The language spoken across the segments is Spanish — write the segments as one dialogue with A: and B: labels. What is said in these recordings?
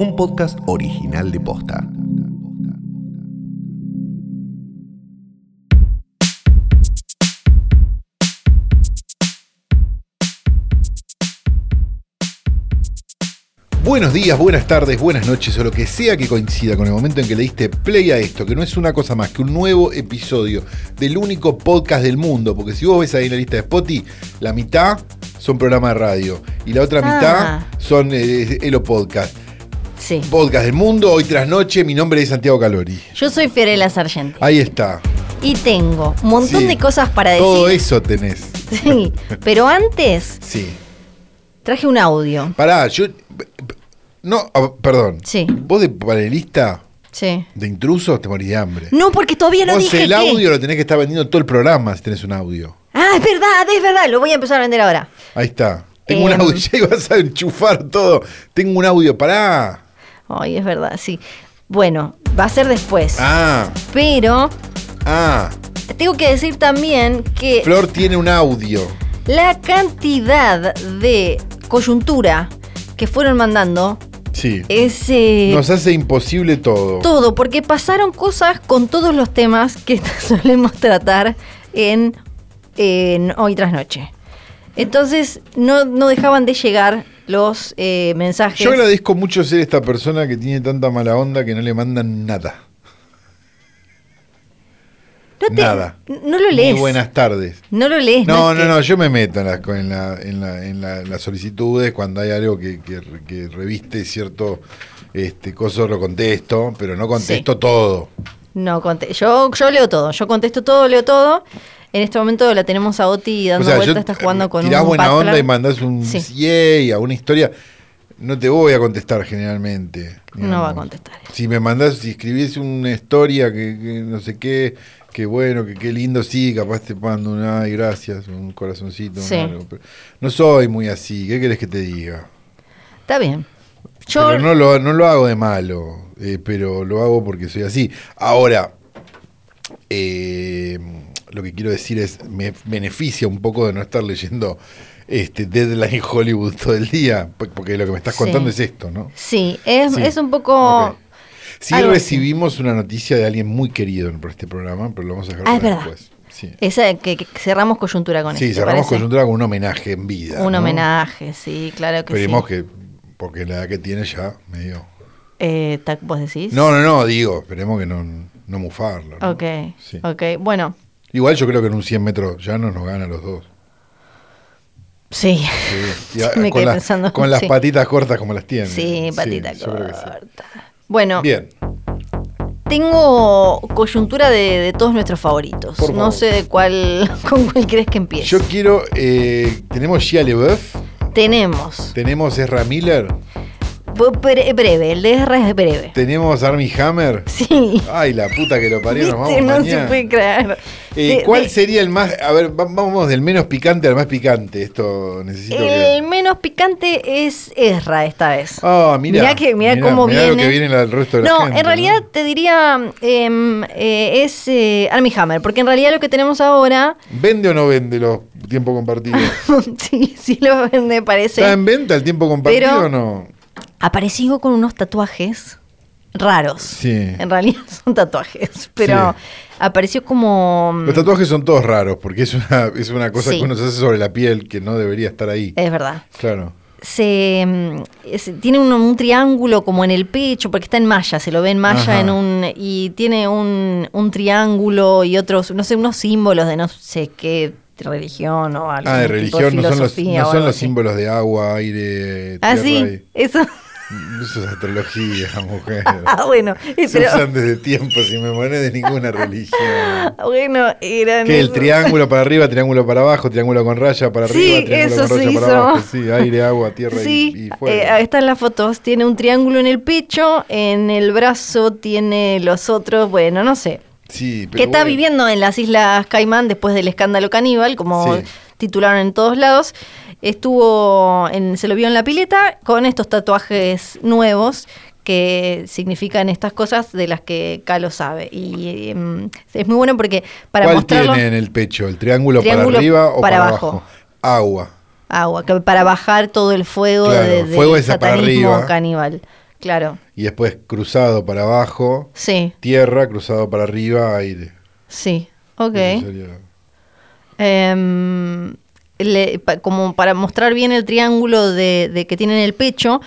A: un podcast original de Posta. Buenos días, buenas tardes, buenas noches o lo que sea que coincida con el momento en que le diste play a esto, que no es una cosa más que un nuevo episodio del único podcast del mundo, porque si vos ves ahí en la lista de Spotify, la mitad son programas de radio y la otra
B: Ah.
A: mitad son eh, Elo Podcast.
B: Sí.
A: Podcast del Mundo, hoy tras noche, mi nombre es Santiago Calori.
B: Yo soy Fiorella Sargenti
A: Ahí está.
B: y tengo un montón
A: Sí.
B: de cosas para decir.
A: Todo eso tenés.
B: Sí, pero antes
A: Sí.
B: traje un audio.
A: Pará, yo. No, ah, perdón.
B: Sí.
A: Vos de panelista
B: Sí.
A: de intrusos te morís de hambre.
B: No, porque todavía no
A: Vos
B: dije
A: el
B: qué.
A: audio lo tenés que estar vendiendo todo el programa si tenés un audio.
B: Ah, es verdad, es verdad, lo voy a empezar a vender ahora.
A: Ahí está. Tengo un
B: Em.
A: audio. Ya ibas a enchufar todo. Tengo un audio. Pará.
B: Ay, es verdad, sí. Bueno, va a ser después.
A: Ah,
B: Pero
A: ah.
B: tengo que decir también que
A: Flor tiene un audio.
B: la cantidad de coyuntura que fueron mandando
A: Sí.
B: es eh,
A: Nos hace imposible todo.
B: todo, porque pasaron cosas con todos los temas que solemos tratar en, en Hoy tras Noche. Entonces, no, no dejaban de llegar los eh, mensajes.
A: Yo agradezco mucho ser esta persona que tiene tanta mala onda que no le mandan nada.
B: no
A: nada.
B: No lo
A: Ni
B: lees.
A: buenas tardes.
B: No lo lees.
A: No, no,
B: es
A: no,
B: que-
A: yo me meto en, las co- en la- en la- en la- en las solicitudes cuando hay algo que, que re- que reviste cierto este, coso, lo contesto, pero no contesto todo.
B: No, conte- yo, yo leo todo. Yo contesto todo, leo todo. En este momento la tenemos a Oti dando vueltas,
A: yo-
B: está jugando con
A: tirás
B: un
A: buena
B: Butler.
A: onda y mandás un
B: Sí.
A: yay a una historia, no te voy a contestar generalmente.
B: No va a contestar.
A: Si me mandás, si escribís una historia que, que no sé qué, que bueno, que qué lindo, sí, capaz te mando un ay, gracias, un corazoncito, un
B: Sí.
A: algo, pero no soy muy así, ¿qué querés que te diga?
B: Está bien. Yo
A: Pero no lo, no lo hago de malo, eh, pero lo hago porque soy así. Ahora, eh, lo que quiero decir es, me beneficia un poco de no estar leyendo este Deadline Hollywood todo el día, po- porque lo que me estás
B: Sí.
A: contando es esto, ¿no?
B: Sí, es,
A: Sí.
B: es un poco.
A: Ok. Sí
B: Algo así.
A: recibimos una noticia de alguien muy querido por este programa, pero lo vamos a dejar
B: Ah, es
A: para
B: verdad.
A: después. Sí,
B: Esa que, que cerramos coyuntura con
A: Sí,
B: esto,
A: cerramos
B: parece.
A: coyuntura con un homenaje en vida.
B: Un
A: ¿no?
B: homenaje, sí, claro que
A: Esperemos
B: sí.
A: que, porque la edad que tiene ya, medio...
B: Eh, ta- ¿Vos decís?
A: No, no, no, digo, esperemos que no, no mufarlo. ¿no?
B: Ok,
A: Sí.
B: ok. Bueno,
A: Igual yo creo que en un 100 metros ya no nos gana los dos.
B: sí.
A: Sí. Y
B: Sí,
A: a-
B: me
A: con
B: quedé
A: la-
B: pensando,
A: con las
B: sí.
A: patitas cortas como las tiene.
B: Sí, patita
A: yo creo que sí.
B: corta. Bueno,
A: Bien,
B: tengo coyuntura de, de todos nuestros favoritos.
A: Por
B: No
A: favor.
B: sé de cuál, con cuál crees que empiece.
A: yo quiero. eh, tenemos Shia LeBeouf,
B: Tenemos.
A: tenemos Ezra Miller,
B: bre- bre- breve, el de Ezra es breve.
A: tenemos Army Hammer.
B: Sí.
A: Ay, la puta que lo parió, nos
B: Viste,
A: vamos
B: no se
A: mañana.
B: puede creer.
A: Eh,
B: De-
A: ¿Cuál
B: de-
A: sería el más.? A ver, va- vamos del menos picante al más picante. Esto necesito
B: El
A: que.
B: menos picante es Ezra esta vez.
A: Ah, mirá.
B: Mirá que- mirá
A: lo
B: cómo viene.
A: que viene el resto de la
B: no,
A: gente,
B: en realidad te diría em, eh, es eh, Armie Hammer, porque en realidad lo que tenemos ahora,
A: ¿Vende o no vende los tiempo compartido?
B: sí, sí lo vende,
A: ¿Está
B: parece.
A: en venta el tiempo compartido
B: Pero-
A: o no?
B: Apareció con unos tatuajes raros.
A: Sí.
B: En realidad son tatuajes, pero apareció como...
A: Los tatuajes son todos raros porque es una, es una cosa
B: Mm. Sí. Eh,
A: que uno se hace sobre la piel que no debería estar ahí.
B: Es verdad.
A: Claro.
B: se mm, es- tiene un, un triángulo como en el pecho, porque está en malla, se lo ve en malla
A: Ajá.
B: en un. y tiene un, un triángulo y otros, no sé, unos símbolos de no sé qué religión o algo.
A: Ah, de religión, no son los, no son los símbolos de agua, aire, tierra.
B: Ah, sí,
A: y-
B: eso.
A: Eso es astrología, mujer.
B: Ah, bueno, eh,
A: Se
B: pero-
A: usan desde tiempo sin memoria de ninguna religión.
B: bueno, eran.
A: Que el
B: eso.
A: triángulo para arriba, triángulo para abajo, triángulo con raya para
B: Sí,
A: arriba, triángulo
B: eso
A: con
B: se
A: raya para
B: hizo.
A: abajo. Sí, aire, agua, tierra y- y,
B: Sí,
A: fuego.
B: eh, ahí están las fotos. Tiene un triángulo en el pecho, en el brazo tiene los otros, bueno, no sé.
A: sí, pero
B: que está
A: bueno.
B: viviendo en las Islas Caimán después del escándalo caníbal, como
A: Sí.
B: titularon en todos lados. Estuvo, en, se lo vio en la pileta con estos tatuajes nuevos que significan estas cosas de las que Calo sabe. Y em, es muy bueno porque para
A: ¿Cuál
B: mostrarlo...
A: tiene en el pecho? ¿El triángulo, para
B: Triángulo
A: arriba o para,
B: para
A: abajo?
B: abajo.
A: Agua.
B: Agua, que para bajar todo el fuego
A: Claro,
B: de, del
A: fuego esa para
B: satanismo
A: arriba.
B: caníbal. claro.
A: Y después cruzado para abajo,
B: Sí,
A: tierra, cruzado para arriba, aire.
B: sí. Ok.
A: Eso sería-
B: Em, le- pa- como para mostrar bien el triángulo de, de que tienen el pecho,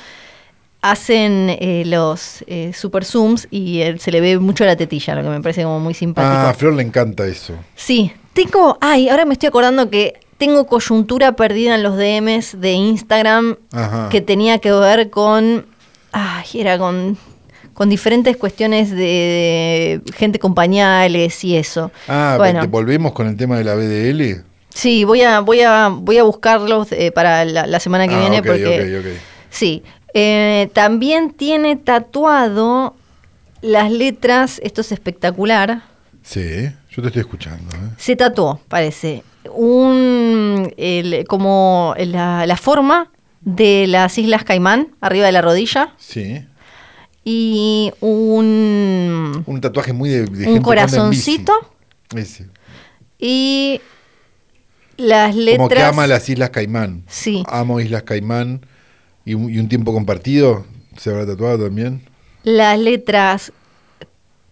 B: hacen eh, los eh, super zooms y eh, se le ve mucho la tetilla, lo que me parece como muy simpático.
A: Ah, a Flor le encanta eso.
B: Sí, tengo, ay, ahora me estoy acordando que tengo coyuntura perdida en los DMs de Instagram
A: Ajá.
B: que tenía que ver con, ay, era con, con diferentes cuestiones de, de gente con pañales y eso.
A: Ah,
B: Bueno.
A: ¿te volvemos con el tema de la BDL?
B: Sí, voy a, voy a, voy a buscarlos eh, para la, la semana que
A: Ah,
B: viene
A: ok,
B: porque
A: ok, ok.
B: sí. Eh, también tiene tatuado las letras, esto es espectacular.
A: Sí, yo te estoy escuchando. ¿eh?
B: Se tatuó, parece. Un el- como la, la forma de las Islas Caimán, arriba de la rodilla,
A: Sí.
B: y un
A: Un tatuaje muy de, de gente que
B: un
A: anda en
B: corazoncito
A: bici. Ese.
B: y las letras.
A: Como que ama las Islas Caimán.
B: Sí.
A: Amo Islas Caimán. Y un, y un tiempo compartido. ¿Se habrá tatuado también?
B: las letras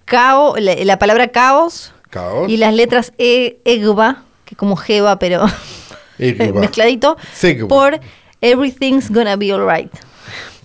B: cao, la, la palabra caos
A: Caos.
B: y las letras e, egba, que como jeva, pero
A: Egba.
B: mezcladito,
A: Segwa.
B: por everything's gonna be alright.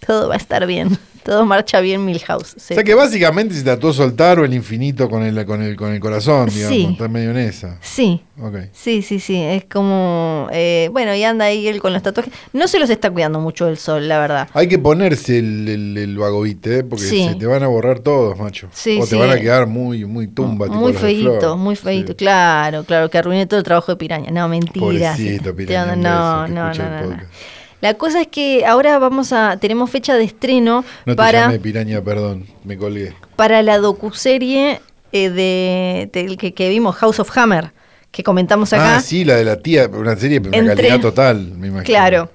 B: Todo va a estar bien. Todo marcha bien, Milhouse.
A: O
B: Sí.
A: sea que básicamente se tatuó soltar o el infinito con el, con el, con el corazón, digamos.
B: Sí.
A: Está medio en esa.
B: sí.
A: Ok.
B: Sí, sí, sí, es como... eh, bueno, y anda ahí él con los tatuajes. No se los está cuidando mucho el sol, la verdad.
A: Hay que ponerse el, el, el vagovite, ¿eh? porque
B: Sí.
A: se te van a borrar todos, macho.
B: Sí,
A: o te
B: sí.
A: van a quedar muy, muy tumba. tipo
B: muy
A: las de Flor.
B: feíto, muy feíto.
A: Sí.
B: Claro, claro, que arruiné todo el trabajo de Piraña. No, mentira.
A: Pobrecito,
B: Te-
A: Piraña,
B: no,
A: un beso,
B: no,
A: que
B: no,
A: escucha
B: no,
A: el
B: no.
A: podcast.
B: La cosa es que ahora vamos a tenemos fecha de estreno
A: No te
B: para,
A: llamé piraña, perdón, me colgué.
B: para la docuserie eh, de, del que, que vimos House of Hammer, que comentamos acá.
A: ah, sí, la de la tía, una serie de primera
B: Entre-
A: calidad total, me imagino.
B: Claro.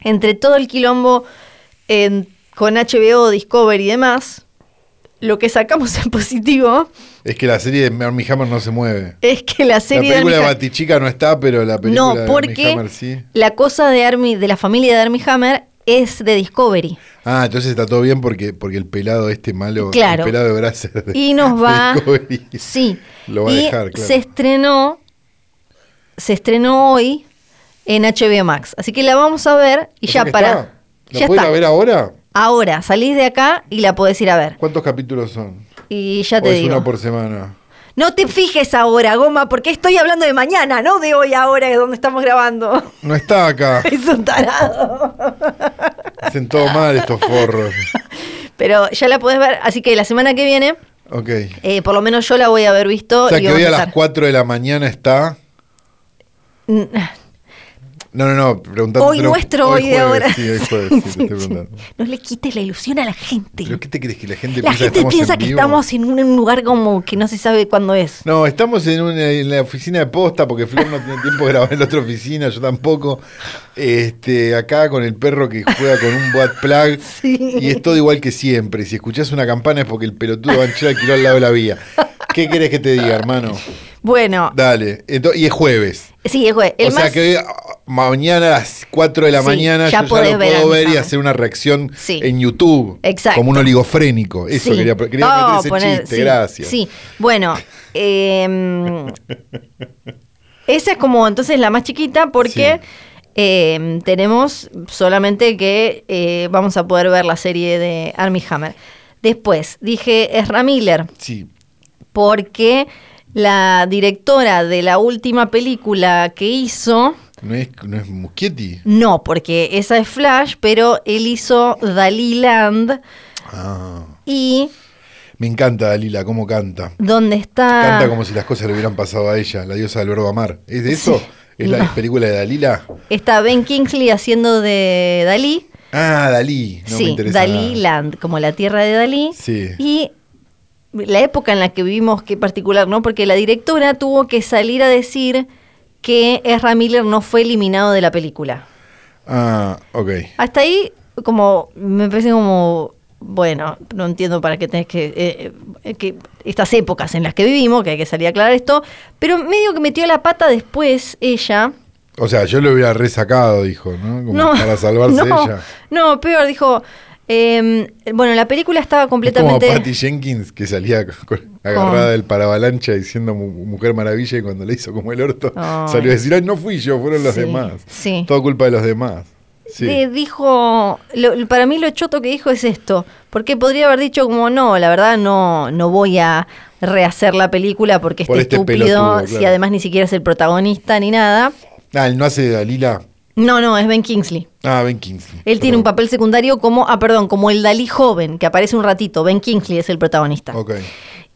B: Entre todo el quilombo en- con HBO, Discovery y demás, lo que sacamos en positivo
A: Es que la serie de Armie Hammer no se mueve.
B: es que la serie
A: la película de,
B: Mija-
A: Batichica no está, pero la película
B: No,
A: de Armie
B: porque
A: Hammer sí.
B: la cosa de Army, de la familia de Army Hammer es de Discovery.
A: Ah, entonces está todo bien porque, porque el pelado este malo,
B: Claro.
A: el pelado de Brasser. de-
B: Y nos va.
A: de Discovery.
B: Sí.
A: Este, Lo va a
B: y
A: dejar, claro.
B: Se estrenó. Se estrenó hoy en HBO Max. Así que la vamos a ver y
A: O
B: ya
A: sea que
B: para.
A: está. ¿La
B: ya
A: puedo ir
B: está.
A: a ver ahora?
B: Ahora, salís de acá y la podés ir a ver.
A: ¿Cuántos capítulos son?
B: Y ya
A: o
B: te
A: es
B: digo.
A: uno por semana.
B: No te fijes ahora, goma, porque estoy hablando de mañana, no de hoy ahora, que es donde estamos grabando.
A: No está acá.
B: Es un tarado.
A: Hacen todo mal estos forros.
B: Pero ya la podés ver, así que la semana que viene,
A: Ok.
B: eh, por lo menos yo la voy a haber visto.
A: O sea
B: y
A: que
B: vamos
A: hoy a
B: estar-
A: las 4 de la mañana está.
B: Mm,
A: No, no, no, preguntando.
B: Hoy nuestro, hoy, de
A: jueves,
B: ahora.
A: Sí, hoy jueves, sí,
B: Sí,
A: te
B: sí,
A: estoy
B: sí.
A: preguntando.
B: No le quites la ilusión a la gente.
A: ¿Pero qué te crees que la gente
B: la
A: piensa
B: gente
A: estamos
B: piensa
A: en
B: que
A: vivo?
B: estamos en un en un lugar como que no se sabe cuándo es.
A: No, estamos en, una, en la oficina de posta porque Flor no tiene tiempo de grabar en la otra oficina, yo tampoco. Este, acá con el perro que juega con un boat plug y es todo igual que siempre. Si escuchás una campana es porque el pelotudo banchero alquiló al lado de la vía. ¿Qué querés que te diga, hermano?
B: Bueno,
A: Dale. Ento- y es jueves.
B: sí, es güey. El
A: o sea
B: más-
A: que hoy, ah, mañana a las 4 de la
B: Sí,
A: mañana
B: ya
A: yo ya
B: podés
A: lo
B: ver
A: puedo
B: a
A: ver y
B: Nifame.
A: hacer una reacción
B: Sí.
A: en YouTube.
B: Exacto.
A: Como un oligofrénico. Eso
B: sí.
A: quería, quería
B: No,
A: meter ese
B: poner-
A: chiste,
B: sí,
A: gracias.
B: Sí, bueno. eh, esa es como entonces la más chiquita porque eh, tenemos solamente que eh, vamos a poder ver la serie de Army Hammer. Después, dije Ezra Miller.
A: Sí.
B: porque la directora de la última película que hizo,
A: No es, no es Muschietti.
B: no, porque esa es Flash, pero él hizo Daliland
A: Ah.
B: y
A: Me encanta Dalila, cómo canta.
B: donde está...
A: Canta como si las cosas le hubieran pasado a ella, la diosa del verbo amar. ¿Es de eso?
B: Sí.
A: ¿Es la
B: No.
A: película de Dalila?
B: Está Ben Kingsley haciendo de Dalí.
A: Ah, Dalí. No me
B: sí,
A: interesa.
B: Dalí
A: nada.
B: Land, como la tierra de Dalí.
A: Sí.
B: Y la época en la que vivimos, qué particular, ¿no? Porque la directora tuvo que salir a decir que Ezra Miller no fue eliminado de la película.
A: Ah, ok.
B: Hasta ahí, como, me parece como, bueno, no entiendo para qué tenés que, eh, eh, que estas épocas en las que vivimos, que hay que salir a aclarar esto, pero medio que metió la pata después ella.
A: O sea, yo lo hubiera resacado, dijo, ¿no? Como para salvarse
B: no,
A: ella.
B: No, peor, dijo, Eh, bueno, la película estaba
A: Es como
B: completamente. Oh.
A: Patty Jenkins que salía con- con- agarrada del paravalancha diciendo mu- Mujer Maravilla y cuando le hizo como el orto
B: Ay.
A: salió a decir, ay, no fui yo, fueron los
B: Oh. Sí,
A: demás.
B: sí.
A: Todo culpa de los demás. Sí.
B: Eh, dijo, lo- para mí lo choto que dijo es esto, porque podría haber dicho como no, la verdad no, no voy a rehacer la película porque
A: Por este
B: este, estúpido,
A: pelotudo,
B: si
A: claro.
B: además ni siquiera es el protagonista ni nada.
A: Ah, él no hace Dalila.
B: No, no, es Ben Kingsley.
A: Ah, Ben Kingsley.
B: Él tiene un
A: Perdón.
B: papel secundario como, ah, perdón, como el Dalí joven, que aparece un ratito. Ben Kingsley es el protagonista.
A: Ok.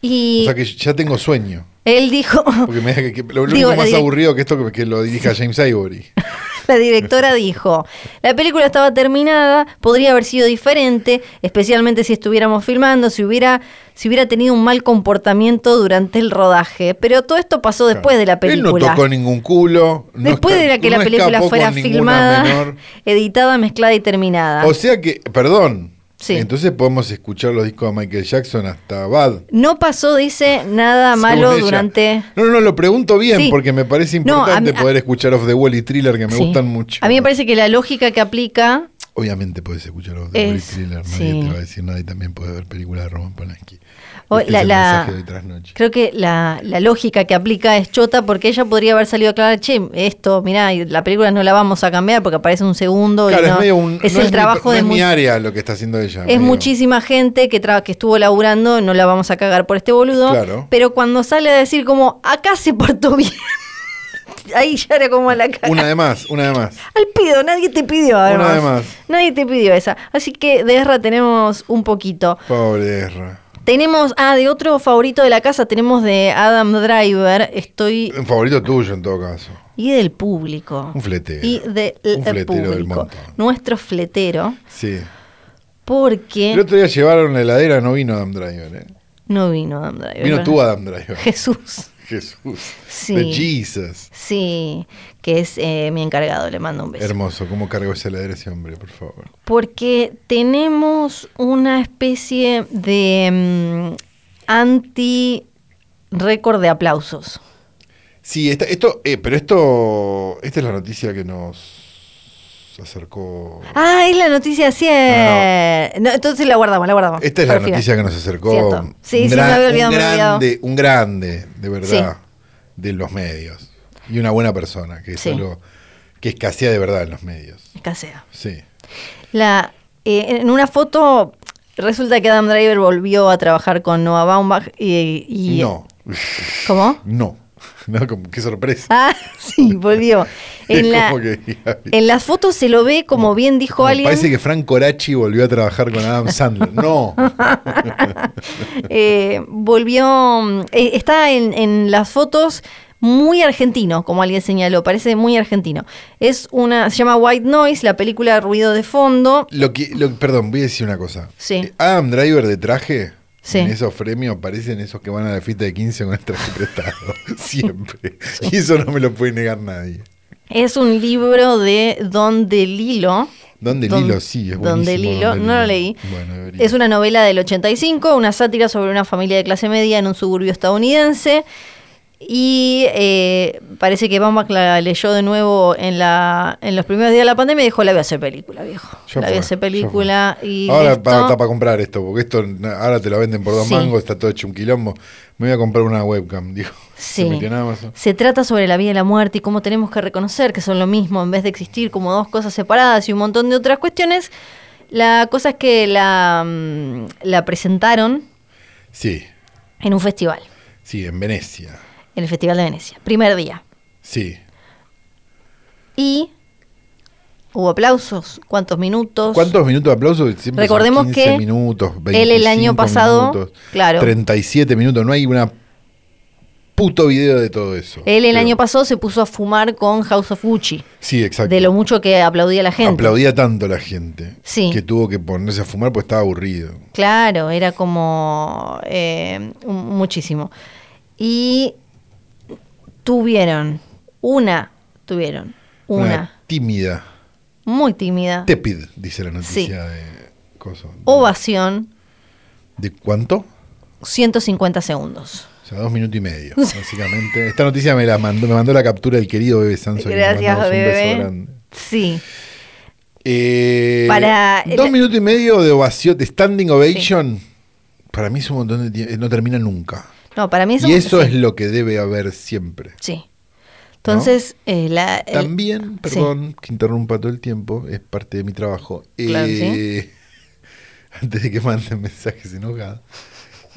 B: Y
A: O sea que ya tengo sueño.
B: él dijo,
A: Porque me que, que- lo, lo único
B: Digo, la
A: más
B: direc-
A: aburrido que esto que, que lo dirija James Ivory.
B: La directora dijo, la película estaba terminada, podría haber sido diferente, especialmente si estuviéramos filmando, si hubiera, si hubiera tenido un mal comportamiento durante el rodaje. Pero todo esto pasó después de la película.
A: Él no tocó ningún culo. no
B: después
A: esca-
B: de la que la
A: no
B: película
A: escapó
B: fuera
A: con ninguna
B: filmada,
A: menor.
B: editada, mezclada y terminada.
A: O sea que, perdón.
B: Sí.
A: Entonces podemos escuchar los discos de Michael Jackson hasta Bad.
B: no pasó, dice, nada malo
A: según ella.
B: Ah, durante...
A: No, no, no, lo pregunto bien
B: Sí.
A: porque me parece
B: No, a
A: importante
B: mí- a-
A: poder escuchar Off the Wall y Thriller que me
B: Sí.
A: gustan mucho.
B: A mí me parece que la lógica que aplica
A: Obviamente puedes escuchar Off the Wall y
B: Es-
A: Thriller, nadie
B: sí.
A: te va a decir nada y también puedes ver películas de Roman Polanski.
B: O-
A: Este
B: la-
A: es el
B: la-
A: mensaje de hoy tras noche.
B: Creo que la, la lógica que aplica es chota porque ella podría haber salido a aclarar, che, esto, mirá, y la película no la vamos a cambiar porque aparece un segundo. y
A: Claro, es
B: no-
A: medio un.
B: es
A: no
B: el
A: mi-
B: trabajo
A: no
B: de
A: es mi
B: mu-
A: área lo que está haciendo ella.
B: es
A: medio.
B: muchísima gente que, tra- que estuvo laburando, no la vamos a cagar por este boludo.
A: Claro.
B: Pero cuando sale a decir como, acá se portó bien, ahí ya era como a la cara.
A: Una de más, una de más.
B: Al pido, nadie te pidió
A: Una
B: además.
A: de más.
B: Nadie te pidió esa. Así que de Ezra tenemos un poquito.
A: Pobre Ezra.
B: Tenemos, ah, de otro favorito de la casa, tenemos de Adam Driver. Estoy
A: Un favorito tuyo en todo caso.
B: Y del público.
A: Un fletero.
B: Y del
A: Un fletero
B: público.
A: del montón.
B: Nuestro fletero.
A: Sí. El
B: Porque
A: otro día llevaron la heladera, no vino Adam Driver, ¿eh?
B: no vino Adam Driver.
A: Vino
B: ¿verdad?
A: tú, Adam Driver.
B: Jesús.
A: Jesús.
B: Sí.
A: The Jesus.
B: Sí, que es eh, mi encargado. Le mando un beso.
A: Hermoso, ¿cómo cargó esa heladera ese hombre, por favor?
B: Porque tenemos una especie de mm, anti récord de aplausos.
A: Sí, esta- esto, eh, pero esto, esta es la noticia que nos acercó.
B: Ah, es la noticia cier- No, entonces la guardamos, la guardamos.
A: Esta es la
B: Para el final.
A: noticia que nos acercó.
B: Ah, Cierto. Sí,
A: un
B: sí,
A: gran-
B: me había olvidado,
A: un
B: me había olvidado.
A: grande, un grande, de verdad, de los medios. Y una buena persona, que es
B: Sí.
A: algo que escasea de verdad en los medios.
B: Escasea.
A: Sí.
B: La, eh, en una foto resulta que Adam Driver volvió a trabajar con Noah Baumbach y... y- eh,
A: no,
B: ¿Cómo?
A: no. No, como, qué sorpresa.
B: Ah, sí, volvió. Ah, En,
A: Es
B: la,
A: como que-
B: en las fotos se lo ve como bien dijo
A: Como
B: alguien.
A: Parece que Frank Corachi volvió a trabajar con Adam Sandler. No.
B: eh, volvió... mm, eh, está en, en las fotos muy argentino, como alguien señaló. Parece muy argentino. Es una... Se llama White Noise, la película Ruido de Fondo.
A: Lo que, lo- perdón, voy a decir una cosa.
B: Sí.
A: Eh, Adam Driver de traje,
B: Sí.
A: en esos premios parecen esos que van a la fiesta de 15 con el traje prestado. Siempre. Y eso no me lo puede negar nadie.
B: Es un libro de Don DeLillo.
A: Don DeLillo, sí, es
B: Don
A: buenísimo,
B: DeLillo,
A: Don
B: no lo
A: DeLillo.
B: leí.
A: Bueno, debería.
B: es una novela del 85, una sátira sobre una familia de clase media en un suburbio estadounidense. Y eh, parece que Baumbach la leyó de nuevo en, la, en los primeros días de la pandemia y dijo, la voy a hacer película, viejo.
A: Ya fue,
B: la voy a hacer
A: ya
B: película
A: fue.
B: y
A: ahora
B: listo.
A: pa- está para comprar esto, porque esto na- ahora te lo venden por dos
B: Sí.
A: mangos, está todo hecho un quilombo. Me voy a comprar una webcam, dijo. Se
B: Sí.
A: metió en Amazon.
B: Se trata sobre la vida y la muerte y cómo tenemos que reconocer que son lo mismo en vez de existir como dos cosas separadas y un montón de otras cuestiones. La cosa es que la, mm, la presentaron
A: Sí,
B: en un festival,
A: sí, en Venecia.
B: en el Festival de Venecia, primer día.
A: Sí.
B: Y hubo aplausos, cuántos minutos.
A: ¿Cuántos minutos de aplauso? Siempre
B: Recordemos
A: son 15
B: que
A: minutos,
B: él el año
A: 25
B: pasado,
A: minutos,
B: claro.
A: 37 minutos, no hay una puto video de todo eso.
B: Él el
A: Pero-
B: año pasado se puso a fumar con House of Gucci,
A: Sí, exacto.
B: de lo mucho que aplaudía la gente.
A: Aplaudía tanto la gente
B: Sí.
A: que tuvo que ponerse a fumar porque estaba aburrido.
B: Claro, era como eh, un- muchísimo. Y tuvieron una, tuvieron una,
A: tímida,
B: muy tímida
A: tépid, dice la
B: Sí.
A: noticia de Coso.
B: ovación,
A: ¿De cuánto?
B: 150 segundos.
A: O sea, dos minutos y medio, básicamente. Esta noticia me la mandó, me mandó la captura el querido Bebe Sanso. que le
B: Gracias,
A: mandamos un beso
B: bebé.
A: grande.
B: Sí.
A: Eh,
B: Para-
A: Dos minutos y medio de ovación, de standing ovation. Para mí es un montón de tiempo. No termina nunca.
B: No, para mí es
A: y
B: un-
A: eso
B: sí,
A: es lo que debe haber siempre.
B: Sí. Entonces, eh, ah, la, el-
A: También,
B: sí.
A: perdón que interrumpa todo el tiempo, es parte de mi trabajo.
B: Claro,
A: Eh, Antes de que manden mensajes enojados.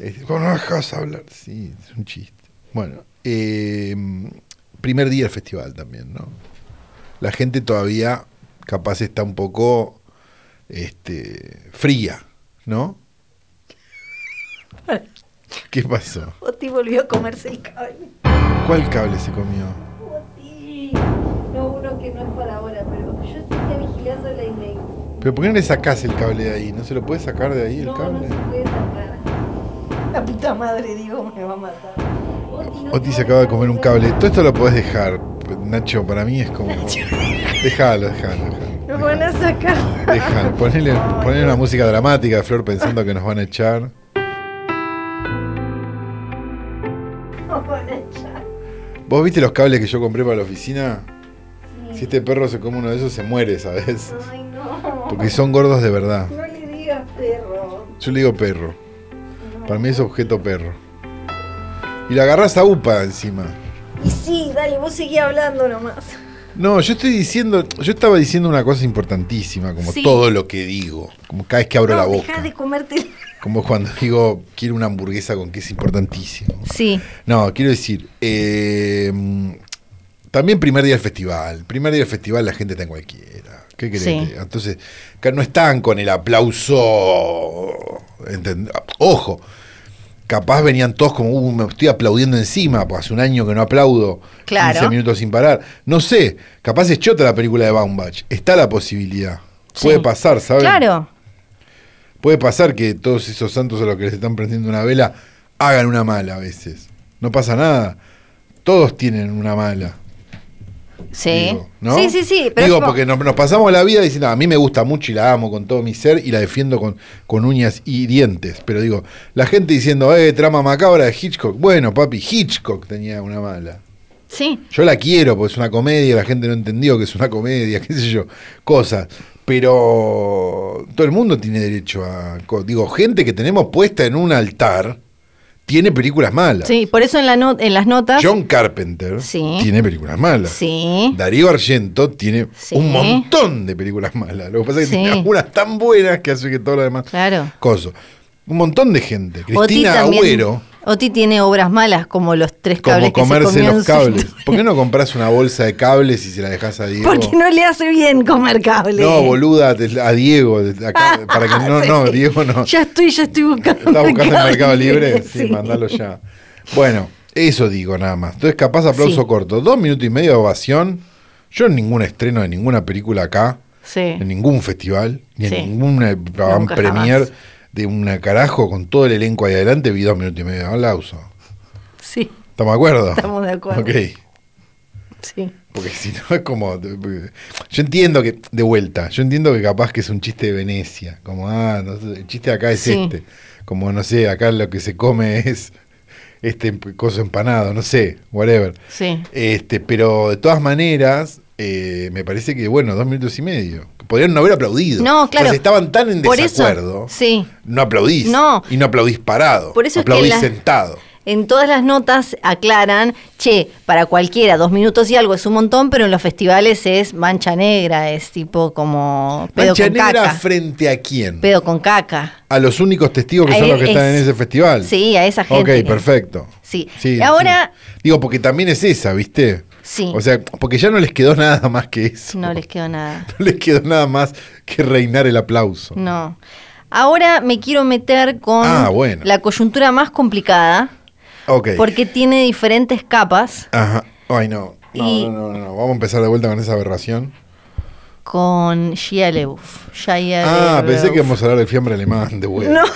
A: Eh, ¿Cómo no dejas hablar? Sí, es un chiste. Bueno, eh, primer día del festival también, ¿no? La gente todavía capaz está un poco este, fría, ¿no? ¿Qué pasó?
B: Boti volvió a comerse el cable.
A: ¿Cuál cable se comió?
B: Boti. No, uno que no es para ahora, pero yo estoy vigilando la ley.
A: ¿Pero por qué no le sacás el cable de ahí? ¿No se lo puede sacar de ahí el cable?
B: puede sacar. La puta madre, Diego, me va a matar. Boti, no
A: Oti
B: te
A: se
B: va
A: acaba
B: a
A: de comer un
B: dejar
A: cable. Todo esto lo podés dejar, Nacho. Para mí es como. Déjalo, déjalo,
B: Lo van a
A: déjalo.
B: sacar.
A: Déjalo. Ponele, ponele una música dramática de Flor pensando que nos van a echar.
B: Lo van a echar.
A: ¿Vos viste los cables que yo compré para la oficina? Si este perro se come uno de esos, se muere, ¿sabes?
B: Ay, no.
A: Porque son gordos de verdad.
B: No le digas perro.
A: Yo le digo perro.
B: No.
A: Para mí es objeto perro. Y la agarrás a UPA encima.
B: Y sí, dale, vos seguí hablando nomás.
A: No, yo estoy diciendo, yo estaba diciendo una cosa importantísima, como
B: Sí.
A: todo lo que digo, como cada vez que abro la
B: no,
A: boca,
B: dejá de comerte.
A: como cuando digo quiero una hamburguesa con queso importantísimo.
B: Sí,
A: No, quiero decir, eh, también primer día del festival, primer día del festival la gente está en cualquiera, ¿qué querés?
B: Sí.
A: que- Entonces, acá no están con el aplauso, ¿entend- ojo, capaz venían todos como, "Uh, me estoy aplaudiendo encima, pues hace un año que no aplaudo,
B: Claro.
A: 15 minutos sin parar. No sé, capaz es chota la película de Baumbach, está la posibilidad. Puede
B: Sí.
A: pasar, ¿sabes?
B: claro.
A: Puede pasar que todos esos santos a los que les están prendiendo una vela hagan una mala a veces. No pasa nada. Todos tienen una mala.
B: Sí.
A: digo, ¿no?
B: Sí, sí, sí. Pero
A: digo,
B: es como-
A: porque nos, nos pasamos la vida diciendo, a mí me gusta mucho y la amo con todo mi ser y la defiendo con, con uñas y dientes. Pero digo, la gente diciendo, eh, trama macabra de Hitchcock. Bueno, papi, Hitchcock tenía una mala.
B: Sí,
A: Yo la quiero porque es una comedia, la gente no entendió que es una comedia, qué sé yo, cosas. Pero todo el mundo tiene derecho a. co- Digo, gente que tenemos puesta en un altar tiene películas malas.
B: sí. Por eso en, la no- en las notas.
A: John Carpenter
B: Sí.
A: tiene películas malas.
B: Sí.
A: Darío Argento tiene
B: Sí.
A: un montón de películas malas. Lo que pasa es que
B: Sí.
A: tiene algunas tan buenas que hace que todo lo demás.
B: Claro.
A: Coso. Un montón de gente.
B: Oti
A: Cristina
B: también-
A: Agüero.
B: Oti tiene obras malas como los tres
A: Como
B: cables que se
A: comerse
B: comió en
A: los
B: su-
A: cables. ¿Por qué no compras una bolsa de cables y se la dejas a Diego?
B: Porque no le hace bien comer cables.
A: No, boluda, te- a Diego, de- acá, para que no, no,
B: Ah, Sí.
A: Diego no.
B: Ya estoy, ya estoy buscando.
A: ¿Estás buscando en Mercado Libre? Sí,
B: Sí.
A: mandalo ya. Bueno, eso digo nada más. Entonces, capaz aplauso
B: Sí.
A: corto. Dos minutos y medio de ovación. Yo en ningún estreno de ninguna película acá,
B: Sí.
A: en ningún festival, ni
B: Sí.
A: en ninguna van
B: Nunca
A: premier
B: jamás.
A: de una carajo con todo el elenco ahí adelante, vi dos minutos y medio de aplauso.
B: Sí,
A: ¿Estamos de acuerdo?
B: Estamos de acuerdo.
A: Ok.
B: sí.
A: Porque si no es como. Yo entiendo que. De vuelta, yo entiendo que capaz que es un chiste de Venecia. Como, ah, no sé, el chiste de acá es
B: Sí.
A: este. Como, no sé, acá lo que se come es este emp- coso empanado, no sé, whatever.
B: Sí.
A: Este, pero de todas maneras, eh, me parece que, bueno, dos minutos y medio. Podrían no haber aplaudido.
B: No, claro.
A: Entonces, estaban tan en
B: Por
A: desacuerdo.
B: eso. Sí.
A: No aplaudís.
B: No.
A: Y no aplaudís parado.
B: Por eso es que
A: aplaudís
B: la-
A: sentado.
B: En todas las notas aclaran, che, para cualquiera dos minutos y algo es un montón, pero en los festivales es mancha negra, es tipo como pedo
A: Mancha
B: con
A: negra
B: caca.
A: frente a quién?
B: Pedo con caca.
A: A los únicos testigos que
B: A
A: son
B: él
A: los que están en
B: es-
A: ese festival.
B: Sí, a esa gente.
A: Ok,
B: que-
A: perfecto.
B: Sí. Y ahora-
A: sí. Digo, porque también es esa, ¿viste?
B: Sí.
A: O sea, porque ya no les quedó nada más que eso.
B: No les quedó nada.
A: No les quedó nada más que reinar el aplauso.
B: No. Ahora me quiero meter con
A: Ah, bueno.
B: la coyuntura más complicada,
A: Ok.
B: porque tiene diferentes capas
A: Ajá. Ay, no. No,
B: Y-
A: no, no, no, no. Vamos a empezar de vuelta con esa aberración.
B: con Shia LaBeouf. Shia
A: Ah,
B: LaBeouf.
A: pensé que íbamos a hablar del fiambre alemán de vuelta.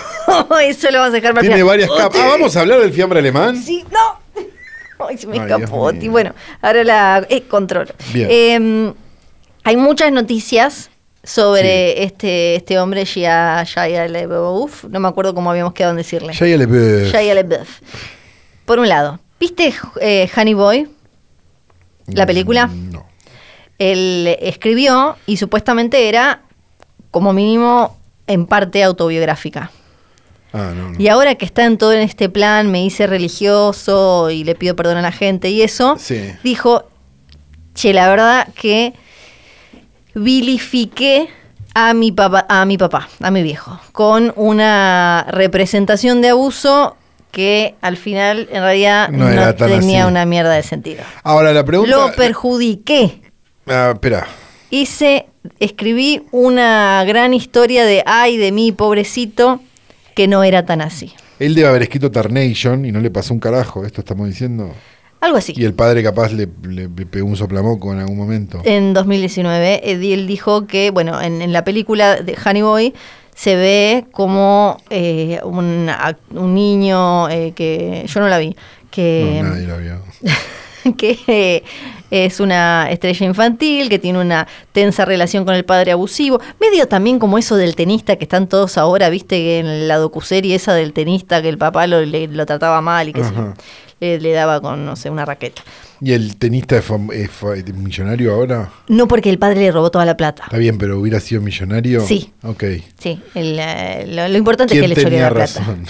B: No, eso lo vas a dejar para el
A: Tiene
B: final.
A: varias capas. Ah, vamos a hablar del fiambre alemán.
B: Sí, no. Ay, se me
A: Ay,
B: escapó.
A: Dios
B: Oti.
A: mío.
B: Bueno, ahora la eh, controlo.
A: Bien.
B: Eh, hay muchas noticias sobre este, este hombre, Shia, Shia LaBeouf. No me acuerdo cómo habíamos quedado en decirle.
A: Shia LaBeouf.
B: Shia LaBeouf. Por un lado, ¿viste eh, Honey Boy? ¿La película?
A: No.
B: él escribió y supuestamente era, como mínimo, en parte autobiográfica.
A: Ah, no, no.
B: Y ahora que está en todo en este plan, me hice religioso y le pido perdón a la gente y eso,
A: Sí.
B: dijo, che, la verdad que vilifiqué a mi papá, a mi papá, a mi viejo, con una representación de abuso que al final en realidad
A: No
B: no,
A: era tan
B: tenía
A: así.
B: una mierda de sentido.
A: Ahora la pregunta. eh,
B: Lo perjudiqué.
A: Ah, espera.
B: Hice, escribí una gran historia de ay de mí, pobrecito, que no era tan así.
A: Él debe haber escrito Tarnation y no le pasó un carajo, esto estamos diciendo.
B: Algo así.
A: Y el padre capaz le, le- le pegó un soplamoco en algún momento.
B: En 2019, eh, él dijo que, bueno, en, en la película de Honey Boy se ve como eh, un, ac- un niño eh, que yo no la vi, que,
A: no, nadie lo vio.
B: que eh, es una estrella infantil, que tiene una tensa relación con el padre abusivo, medio también como eso del tenista que están todos ahora, viste, que en la docuserie esa del tenista que el papá lo, le- lo trataba mal y que se-
A: Ajá.
B: le, le daba con, no sé, una raqueta.
A: ¿Y el tenista es, fam- es fa- es millonario ahora?
B: No porque el padre le robó toda la plata.
A: Está bien, pero hubiera sido millonario.
B: Sí.
A: Ok.
B: Sí, el, eh, lo, lo importante es que
A: ¿Quién
B: le choreó
A: tenía
B: la plata.
A: razón?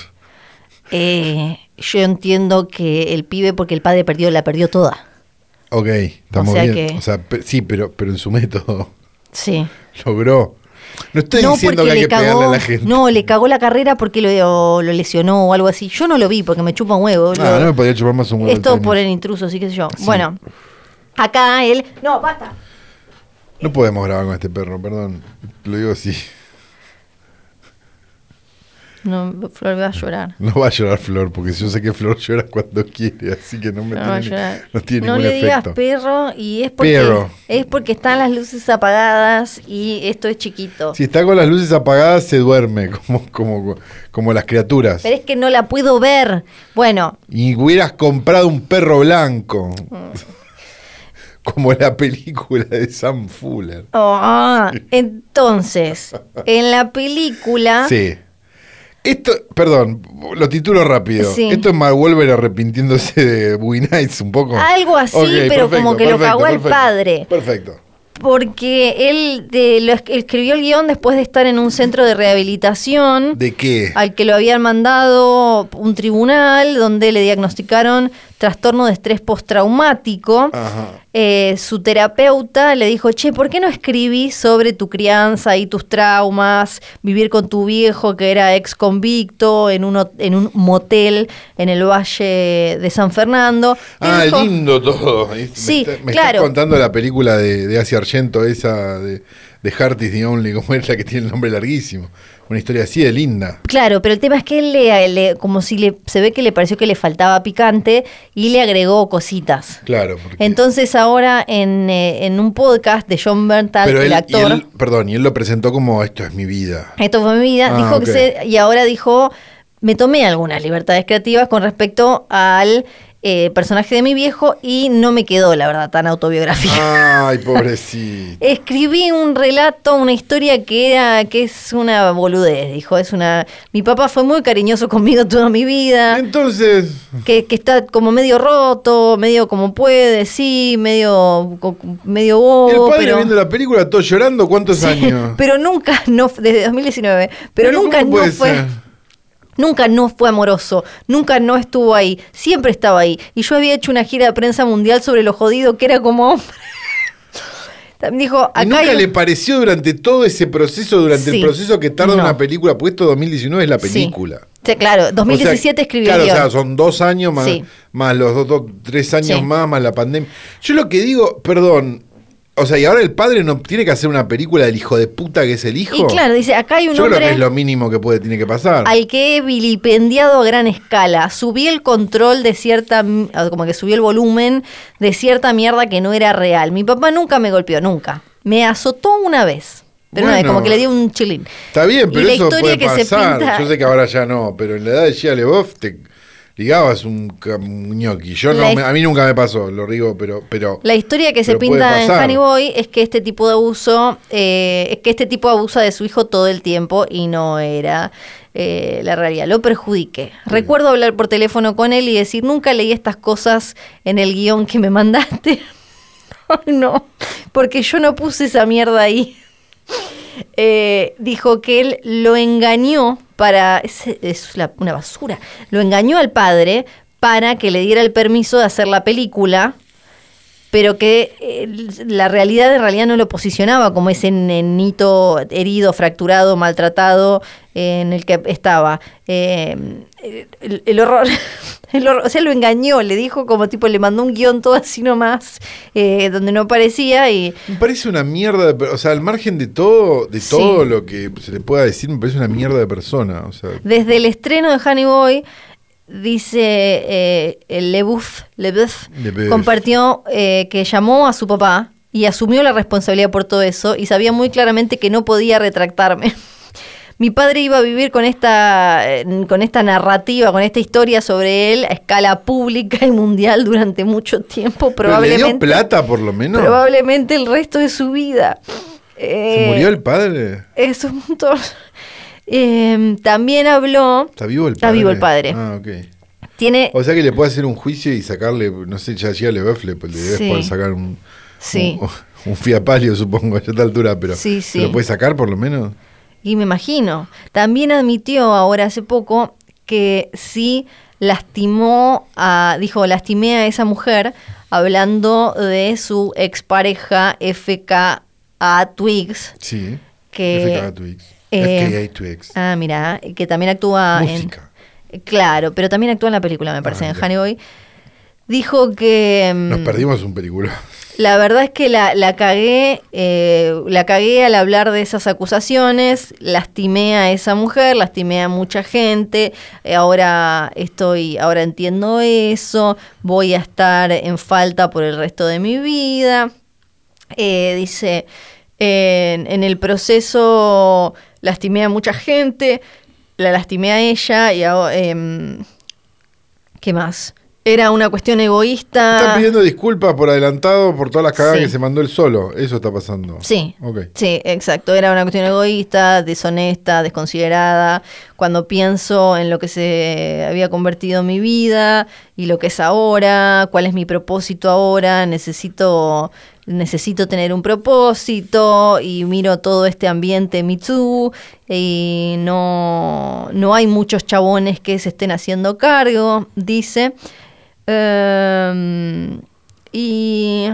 B: Eh, yo entiendo que el pibe, porque el padre perdió, la perdió toda.
A: Ok, estamos
B: sea
A: bien.
B: que-
A: O sea, pe- sí, pero, pero en su método
B: Sí.
A: logró. No estoy
B: no
A: diciendo
B: porque
A: que hay
B: le
A: que pegarle
B: cagó.
A: a la gente.
B: No, le cagó la carrera porque lo, lo lesionó o algo así. Yo no lo vi porque me chupa un huevo.
A: Ah,
B: boludo.
A: no me podía chupar más un huevo.
B: es
A: el
B: todo
A: tenis.
B: por el intruso, sí qué sé yo.
A: Sí.
B: Bueno, acá él. No, basta.
A: No podemos grabar con este perro, perdón. Lo digo así.
B: No, Flor va a llorar.
A: No va a llorar Flor, porque yo sé que Flor llora cuando quiere, así que no me
B: No, va a
A: tiene, ni-
B: llorar.
A: no tiene
B: No
A: ningún
B: le digas
A: efecto.
B: perro y es porque,
A: Perro.
B: es porque están las luces apagadas y esto es chiquito.
A: Si está con las luces apagadas, se duerme, como, como, como las criaturas.
B: Pero es que no la puedo ver. Bueno,
A: Y hubieras comprado un perro blanco.
B: Mm.
A: como la película de Sam Fuller.
B: ah, entonces, en la película,
A: Sí. Esto, perdón, lo titulo rápido.
B: Sí.
A: Esto es Mark Wolver arrepintiéndose de Boogie Nights un poco.
B: Algo así,
A: Ok,
B: pero como que lo cagó al
A: perfecto.
B: padre.
A: Perfecto.
B: porque él de- lo es- escribió el guión después de estar en un centro de rehabilitación
A: ¿De qué?
B: al que lo habían mandado un tribunal donde le diagnosticaron trastorno de estrés postraumático.
A: Ajá.
B: Eh, su terapeuta le dijo, che, ¿por qué no escribís sobre tu crianza y tus traumas, vivir con tu viejo que era ex convicto en un, en un motel en el Valle de San Fernando? Y
A: Ah,
B: dijo,
A: lindo todo. Me está-
B: Sí,
A: me
B: claro.
A: estás contando la película de, de Asia Argento, esa de, de Heart is the Only, como es la que tiene el nombre larguísimo. Una historia así de linda.
B: Claro, pero el tema es que él le, le- como si le, se ve que le pareció que le faltaba picante y le agregó cositas.
A: Claro. porque-
B: Entonces ahora en, eh, en un podcast de John Bernthal,
A: pero él,
B: el
A: y
B: actor,
A: él- perdón, y él lo presentó como esto es mi vida.
B: esto fue mi vida,
A: Ah,
B: dijo que
A: ok.
B: se, y ahora dijo, me tomé algunas libertades creativas con respecto al eh, personaje de mi viejo y no me quedó, la verdad, tan autobiográfica.
A: Ah. Ay, pobrecito.
B: Escribí un relato, una historia que era que es una boludez, dijo, es una mi papá fue muy cariñoso conmigo toda mi vida.
A: Entonces,
B: que, que está como medio roto, medio como puede, sí, medio, co- medio
A: el
B: bobo,
A: padre
B: Oh, pero,
A: viendo la película, todo llorando, ¿cuántos años?
B: pero nunca no desde 2019, pero, nunca
A: ¿cómo
B: no
A: puede
B: fue
A: ser?
B: nunca no fue amoroso, nunca no estuvo ahí, siempre estaba ahí y yo había hecho una gira de prensa mundial sobre lo jodido que era como hombre. También dijo,
A: ¿Y
B: acá
A: nunca
B: hay un-
A: le pareció durante todo ese proceso, durante el
B: Sí.
A: proceso que tarda
B: No.
A: una película? Porque esto 2019 es la
B: Sí.
A: película.
B: Sí, claro, 2017
A: O sea,
B: escribió
A: Claro,
B: el
A: o sea,
B: guión.
A: son dos años más,
B: Sí.
A: más los dos, dos- tres años
B: Sí.
A: más, más la pandemia. Yo lo que digo, perdón, o sea, y ahora el padre no tiene que hacer una película del hijo de puta que es el hijo.
B: y claro, dice, acá hay un
A: Yo creo
B: hombre
A: que es lo mínimo que puede, tiene que pasar.
B: al que he vilipendiado a gran escala. Subí el control de cierta, m- como que subí el volumen de cierta mierda que no era real. Mi papá nunca me golpeó, nunca. Me azotó una vez. Pero una vez,
A: Bueno.
B: como que le di un chilín.
A: Está bien,
B: Y
A: pero
B: la
A: eso
B: historia
A: puede
B: que se
A: pasar.
B: pinta-
A: Yo sé que ahora ya no, pero en la edad de Gia Leboff te ligabas un ca- un ñoqui. Yo no,
B: La
A: me-
B: his-
A: a mí nunca me pasó, lo digo, pero... pero
B: La historia que se
A: Pero puede
B: pinta en
A: pasar.
B: Honey Boy es que este tipo de abuso, eh, es que este tipo abusa de su hijo todo el tiempo y no era eh, la realidad. Lo perjudiqué. Recuerdo hablar por teléfono con él y decir, nunca leí estas cosas en el guión que me mandaste. no, porque yo no puse esa mierda ahí. Eh, dijo que él lo engañó para. Es, es la- una basura. Lo engañó al padre para que le diera el permiso de hacer la película, pero que eh, la realidad en realidad no lo posicionaba como ese nenito herido, fracturado, maltratado eh, en el que estaba. Eh, el, el horror. el horror- o sea, lo engañó, le dijo como tipo, le mandó un guión todo así nomás, eh, donde no aparecía y.
A: Me parece una mierda de per- O sea, al margen de todo, de
B: Sí.
A: todo lo que se le pueda decir, me parece una mierda de persona. O sea,
B: Desde el estreno de Honey Boy, dice eh, el Leboeuf, Leboeuf,
A: Leboeuf.
B: compartió eh, que llamó a su papá y asumió la responsabilidad por todo eso y sabía muy claramente que no podía retractarme. Mi padre iba a vivir con esta, eh, con esta narrativa, con esta historia sobre él a escala pública y mundial durante mucho tiempo,
A: pero le
B: probablemente,
A: dio plata por lo menos.
B: probablemente el resto de su vida.
A: Se
B: Eh,
A: murió el padre.
B: Es un montón. Eh, también habló
A: Está vivo el
B: Está
A: padre.
B: vivo el padre. Eh,
A: Ah, ok.
B: Tiene.
A: O sea que le puede hacer un juicio y sacarle, no sé, ya llega Leboeuf, pues le, le debes
B: Sí.
A: poder sacar un,
B: Sí.
A: un, un fiapalio, supongo, a esta altura, pero
B: Sí,
A: ¿se
B: sí.
A: lo puede sacar por lo menos?
B: Y me imagino. También admitió ahora hace poco que sí lastimó a. Dijo, lastimé a esa mujer hablando de su expareja FKA Twigs.
A: Sí.
B: Que,
A: FKA Twix.
B: eh,
A: FKA Twix.
B: Ah, mira, que también actúa
A: Música.
B: en. Claro, pero también actúa en la película, me parece,
A: Ah,
B: en
A: ya.
B: Honey Boy. Dijo que. mm, Ah.
A: Nos perdimos un película.
B: La verdad es que la, la cagué, eh, la cagué al hablar de esas acusaciones, lastimé a esa mujer, lastimé a mucha gente, eh, ahora estoy, ahora entiendo eso, voy a estar en falta por el resto de mi vida. Eh, dice, en, en el proceso lastimé a mucha gente, la lastimé a ella y a, ¿qué más? Era una cuestión egoísta.
A: Están pidiendo disculpas por adelantado por todas las cagadas
B: Sí.
A: que se mandó él solo. Eso está pasando.
B: Sí.
A: Ok.
B: Sí, exacto. Era una cuestión egoísta, deshonesta, desconsiderada. Cuando pienso en lo que se había convertido mi vida y lo que es ahora, cuál es mi propósito ahora, necesito necesito tener un propósito y miro todo este ambiente Me Too y no, no hay muchos chabones que se estén haciendo cargo, dice. Em, y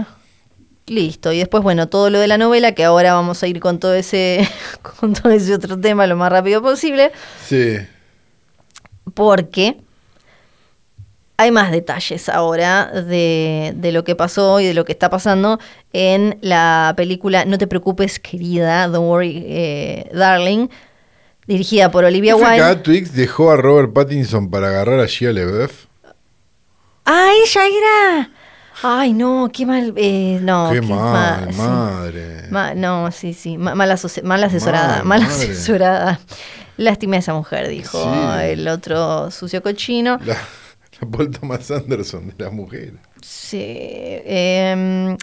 B: Listo, y después, bueno, todo lo de la novela, que ahora vamos a ir con todo ese, con todo ese otro tema lo más rápido posible,
A: Sí.
B: porque hay más detalles ahora de, de lo que pasó y de lo que está pasando en la película No te preocupes, querida, Don't Worry, eh, Darling, dirigida por Olivia Wilde.
A: FKA Twix dejó a Robert Pattinson para agarrar a Shia LaBeouf.
B: ¡Ah, ella era! ¡Ay, no! ¡Qué mal! eh, no,
A: Qué
B: ma-
A: mal,
B: sí.
A: madre.
B: Ma- no, sí, sí, ma- mal, asoci- mal asesorada,
A: Mal,
B: mal
A: Eh. madre.
B: asesorada. Lástima a esa mujer, dijo
A: Sí.
B: el otro sucio cochino.
A: La, la Paul Thomas Anderson de la mujer.
B: Sí, em,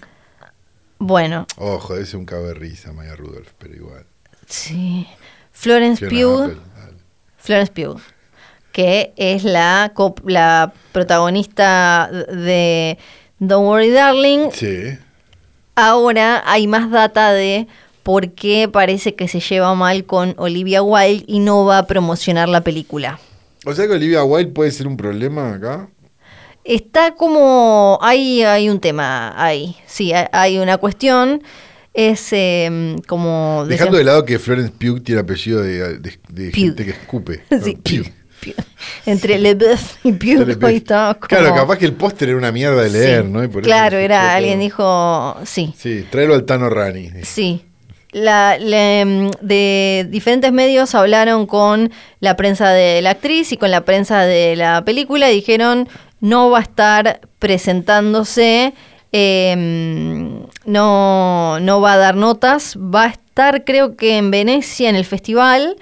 B: bueno,
A: Ojo, ese es un cago de risa, Maya Rudolph, pero igual.
B: sí. Florence
A: Fiona
B: Pugh,
A: Apple, dale.
B: Florence Pugh, que es la, co- la protagonista de Don't Worry Darling,
A: Sí.
B: Ahora hay más data de por qué parece que se lleva mal con Olivia Wilde y no va a promocionar la película.
A: O sea que Olivia Wilde puede ser un problema acá.
B: Está como. Hay, hay un tema ahí. Sí, hay, hay una cuestión. Es eh, como.
A: Dejando
B: decía-
A: de lado que Florence Pugh tiene apellido de, de- de
B: Pugh.
A: gente que escupe.
B: Sí,
A: ¿no?
B: piu,
A: Pugh.
B: piu. Entre Lebeuf y Piu,
A: Pugh. Claro, capaz que el póster era una mierda de leer, ¿no? Y por eso
B: claro,
A: se
B: era.
A: explotó.
B: Alguien dijo. Sí.
A: Sí, tráelo al Tano Rani.
B: Sí. La- la, em, de diferentes medios hablaron con la prensa de la actriz y con la prensa de la película y dijeron no va a estar presentándose, em, no, no va a dar notas, va a estar creo que en Venecia en el festival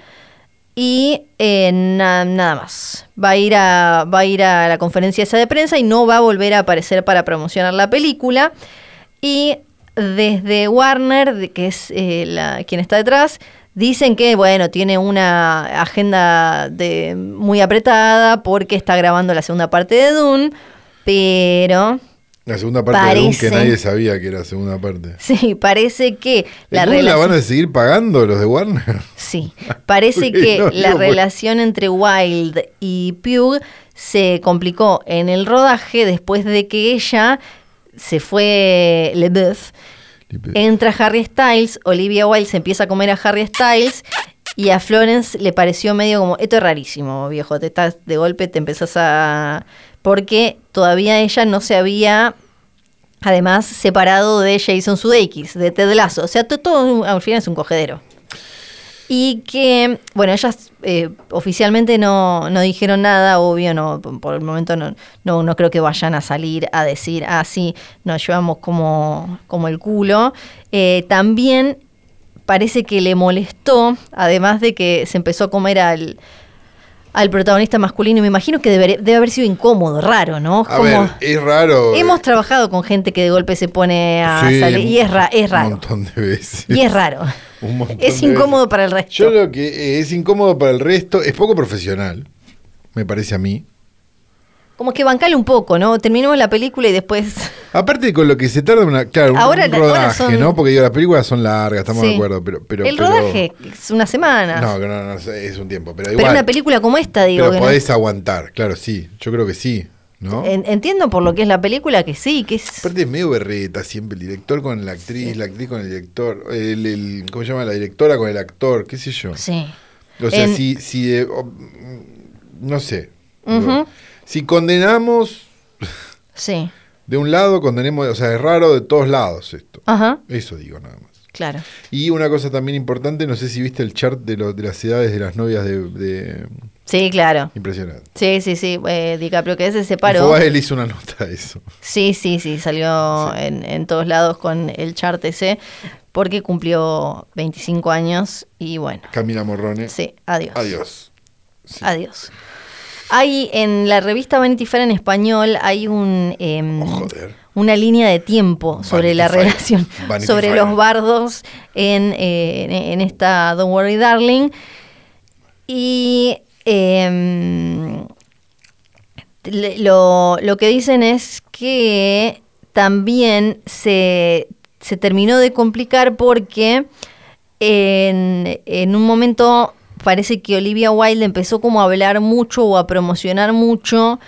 B: y eh, na- nada más. Va a, ir a, va a ir a la conferencia esa de prensa y no va a volver a aparecer para promocionar la película. Y desde Warner, de- que es eh, la, quien está detrás, dicen que, bueno, tiene una agenda de, muy apretada porque está grabando la segunda parte de Dune, pero
A: La segunda parte
B: Parece.
A: de Dune que nadie sabía que era segunda parte.
B: Sí, parece que la
A: ¿La, la
B: relación...
A: van a seguir pagando los de Warner?
B: Sí, parece
A: Ok,
B: que
A: no,
B: la
A: digo, pues.
B: relación entre Wilde y Pugh se complicó en el rodaje después de que ella se fue LeBeuf. Entra Harry Styles, Olivia Wilde se empieza a comer a Harry Styles y a Florence le pareció medio como, esto es rarísimo, viejo, te estás de golpe, te empezás a... porque todavía ella no se había, además, separado de Jason Sudeikis, de Ted Lasso, o sea, to- todo al final es un cogedero. Y que, bueno, ellas eh, oficialmente no, no dijeron nada, obvio, no, por por el momento no, no, no creo que vayan a salir a decir, ah, sí, nos llevamos como, como el culo. Eh, también parece que le molestó, además de que se empezó a comer al, al protagonista masculino, y me imagino que deberé- debe haber sido incómodo, raro, ¿no?
A: A
B: Como-
A: ver, eh, es raro.
B: hemos trabajado con gente que de golpe se pone a
A: Sí,
B: salir, y es, ra- es
A: Un
B: raro.
A: montón de veces.
B: Y es raro.
A: Un montón
B: Es
A: de veces.
B: incómodo para el resto.
A: Yo creo que eh, es incómodo para el resto, es poco profesional, me parece a mí.
B: Como que bancale un poco, ¿no? Terminemos la película y después.
A: Aparte con lo que se tarda una, claro, un-
B: Ahora
A: un
B: la- ahora
A: rodaje,
B: son-
A: ¿no? Porque digo, las películas son largas, estamos
B: Sí.
A: de acuerdo, pero, pero
B: el
A: pero-
B: rodaje es una semana.
A: no, no, no, es un tiempo, pero
B: pero
A: igual.
B: una película como esta, digo.
A: pero
B: que no-
A: podés aguantar, claro, sí, yo creo que sí, ¿no?
B: En- entiendo por lo que es la película que sí, que es.
A: Aparte es medio berreta siempre, el director con la actriz, la actriz con el director, el, el- ¿cómo se llama? La directora con el actor, qué sé yo.
B: Sí.
A: O sea,
B: En-
A: si, si eh, o- no sé.
B: Ujú.
A: Digo, Si condenamos
B: Sí.
A: de un lado, condenemos, o sea, es raro de todos lados esto.
B: Ajá.
A: Eso digo nada más.
B: Claro.
A: Y una cosa también importante, no sé si viste el chart de, lo- de las edades de las novias de... de-
B: Sí, claro.
A: Impresionante.
B: Sí, sí, sí. Eh, DiCaprio, que ese se paró.
A: Fue él hizo una nota de eso.
B: Sí, sí, sí. Salió
A: Sí.
B: En, en todos lados con el chart ese. Porque cumplió 25 años y bueno.
A: Camila Morrone.
B: Sí,
A: Eh. Adiós.
B: Adiós. Hay en la revista Vanity Fair en español hay un em,
A: Oh, joder.
B: una línea de tiempo sobre
A: Vanity
B: la
A: Fair.
B: relación
A: Vanity
B: sobre
A: Fair.
B: los bardos en, eh, en- en esta Don't Worry Darling y em, le- lo, lo que dicen es que también se, se terminó de complicar porque en, en un momento parece que Olivia Wilde empezó como a hablar mucho o a promocionar mucho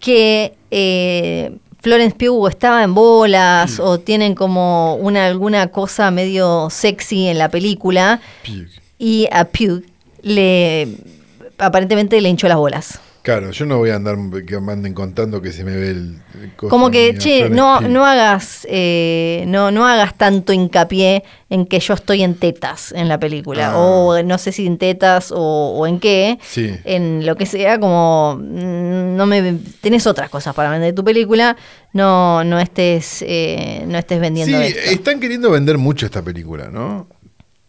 B: que eh, Florence Pugh estaba en bolas o tienen como una alguna cosa medio sexy en la película y a Pugh le aparentemente le hinchó las bolas.
A: Claro, yo no voy a andar que me anden contando que se me ve el... el coso
B: Como que,
A: mío,
B: che,
A: Florence
B: no,
A: Pugh.
B: no hagas, eh, no, no hagas tanto hincapié en que yo estoy en tetas en la película.
A: Ah.
B: O no sé si en tetas o, o en qué.
A: Sí.
B: En lo que sea, como mm, no me tenés otras cosas para vender de tu película, no, no estés, eh, no estés
A: Sí,
B: vendiendo esto.
A: están queriendo vender mucho esta película, ¿no?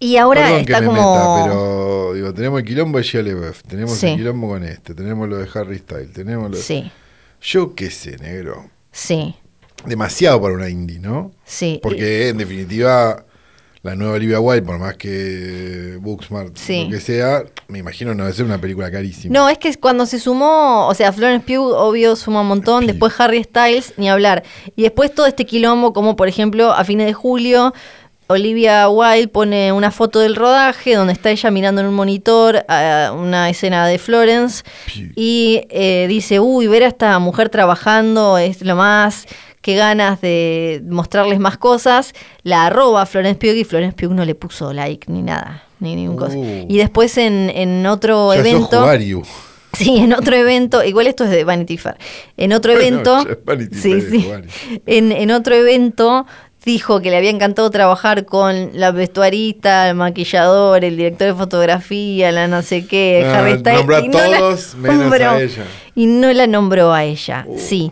B: y ahora
A: Perdón
B: está
A: que me
B: como.
A: meta, pero digo, tenemos el quilombo de Shia LaBeouf, tenemos
B: Sí.
A: el quilombo con este, tenemos lo de Harry Styles, tenemos lo de...
B: Sí,
A: Yo qué sé, negro.
B: sí,
A: Demasiado para una indie, ¿no?
B: sí.
A: Porque en definitiva, la nueva Olivia Wilde, por más que Booksmart,
B: Sí.
A: lo que sea, me imagino no debe ser una película carísima.
B: No, es que cuando se sumó, o sea, Florence Pugh, obvio, suma un montón,
A: Pugh.
B: después Harry Styles, ni hablar. Y después todo este quilombo, como por ejemplo, a fines de julio, Olivia Wilde pone una foto del rodaje donde está ella mirando en un monitor a una escena de Florence
A: Pugh.
B: y eh, dice, uy, ver a esta mujer trabajando es lo más, qué ganas de mostrarles más cosas. La arroba Florence Pugh y Florence Pugh no le puso like ni nada, ni ningún cosa.
A: Uh.
B: Y después en, en otro
A: ya sos
B: evento...
A: Juvariu.
B: Sí, en otro evento, igual esto es de Vanity Fair. En otro
A: Bueno,
B: evento,
A: ya es Vanity
B: sí,
A: Fair, es
B: sí.
A: Juárez.
B: En, en otro evento dijo que le había encantado trabajar con la vestuarista, el maquillador, el director de fotografía, la no sé qué,
A: Ah,
B: Harry Styles.
A: nombró a
B: y no la
A: todos menos a ella. Oh.
B: Y no la nombró a ella, sí.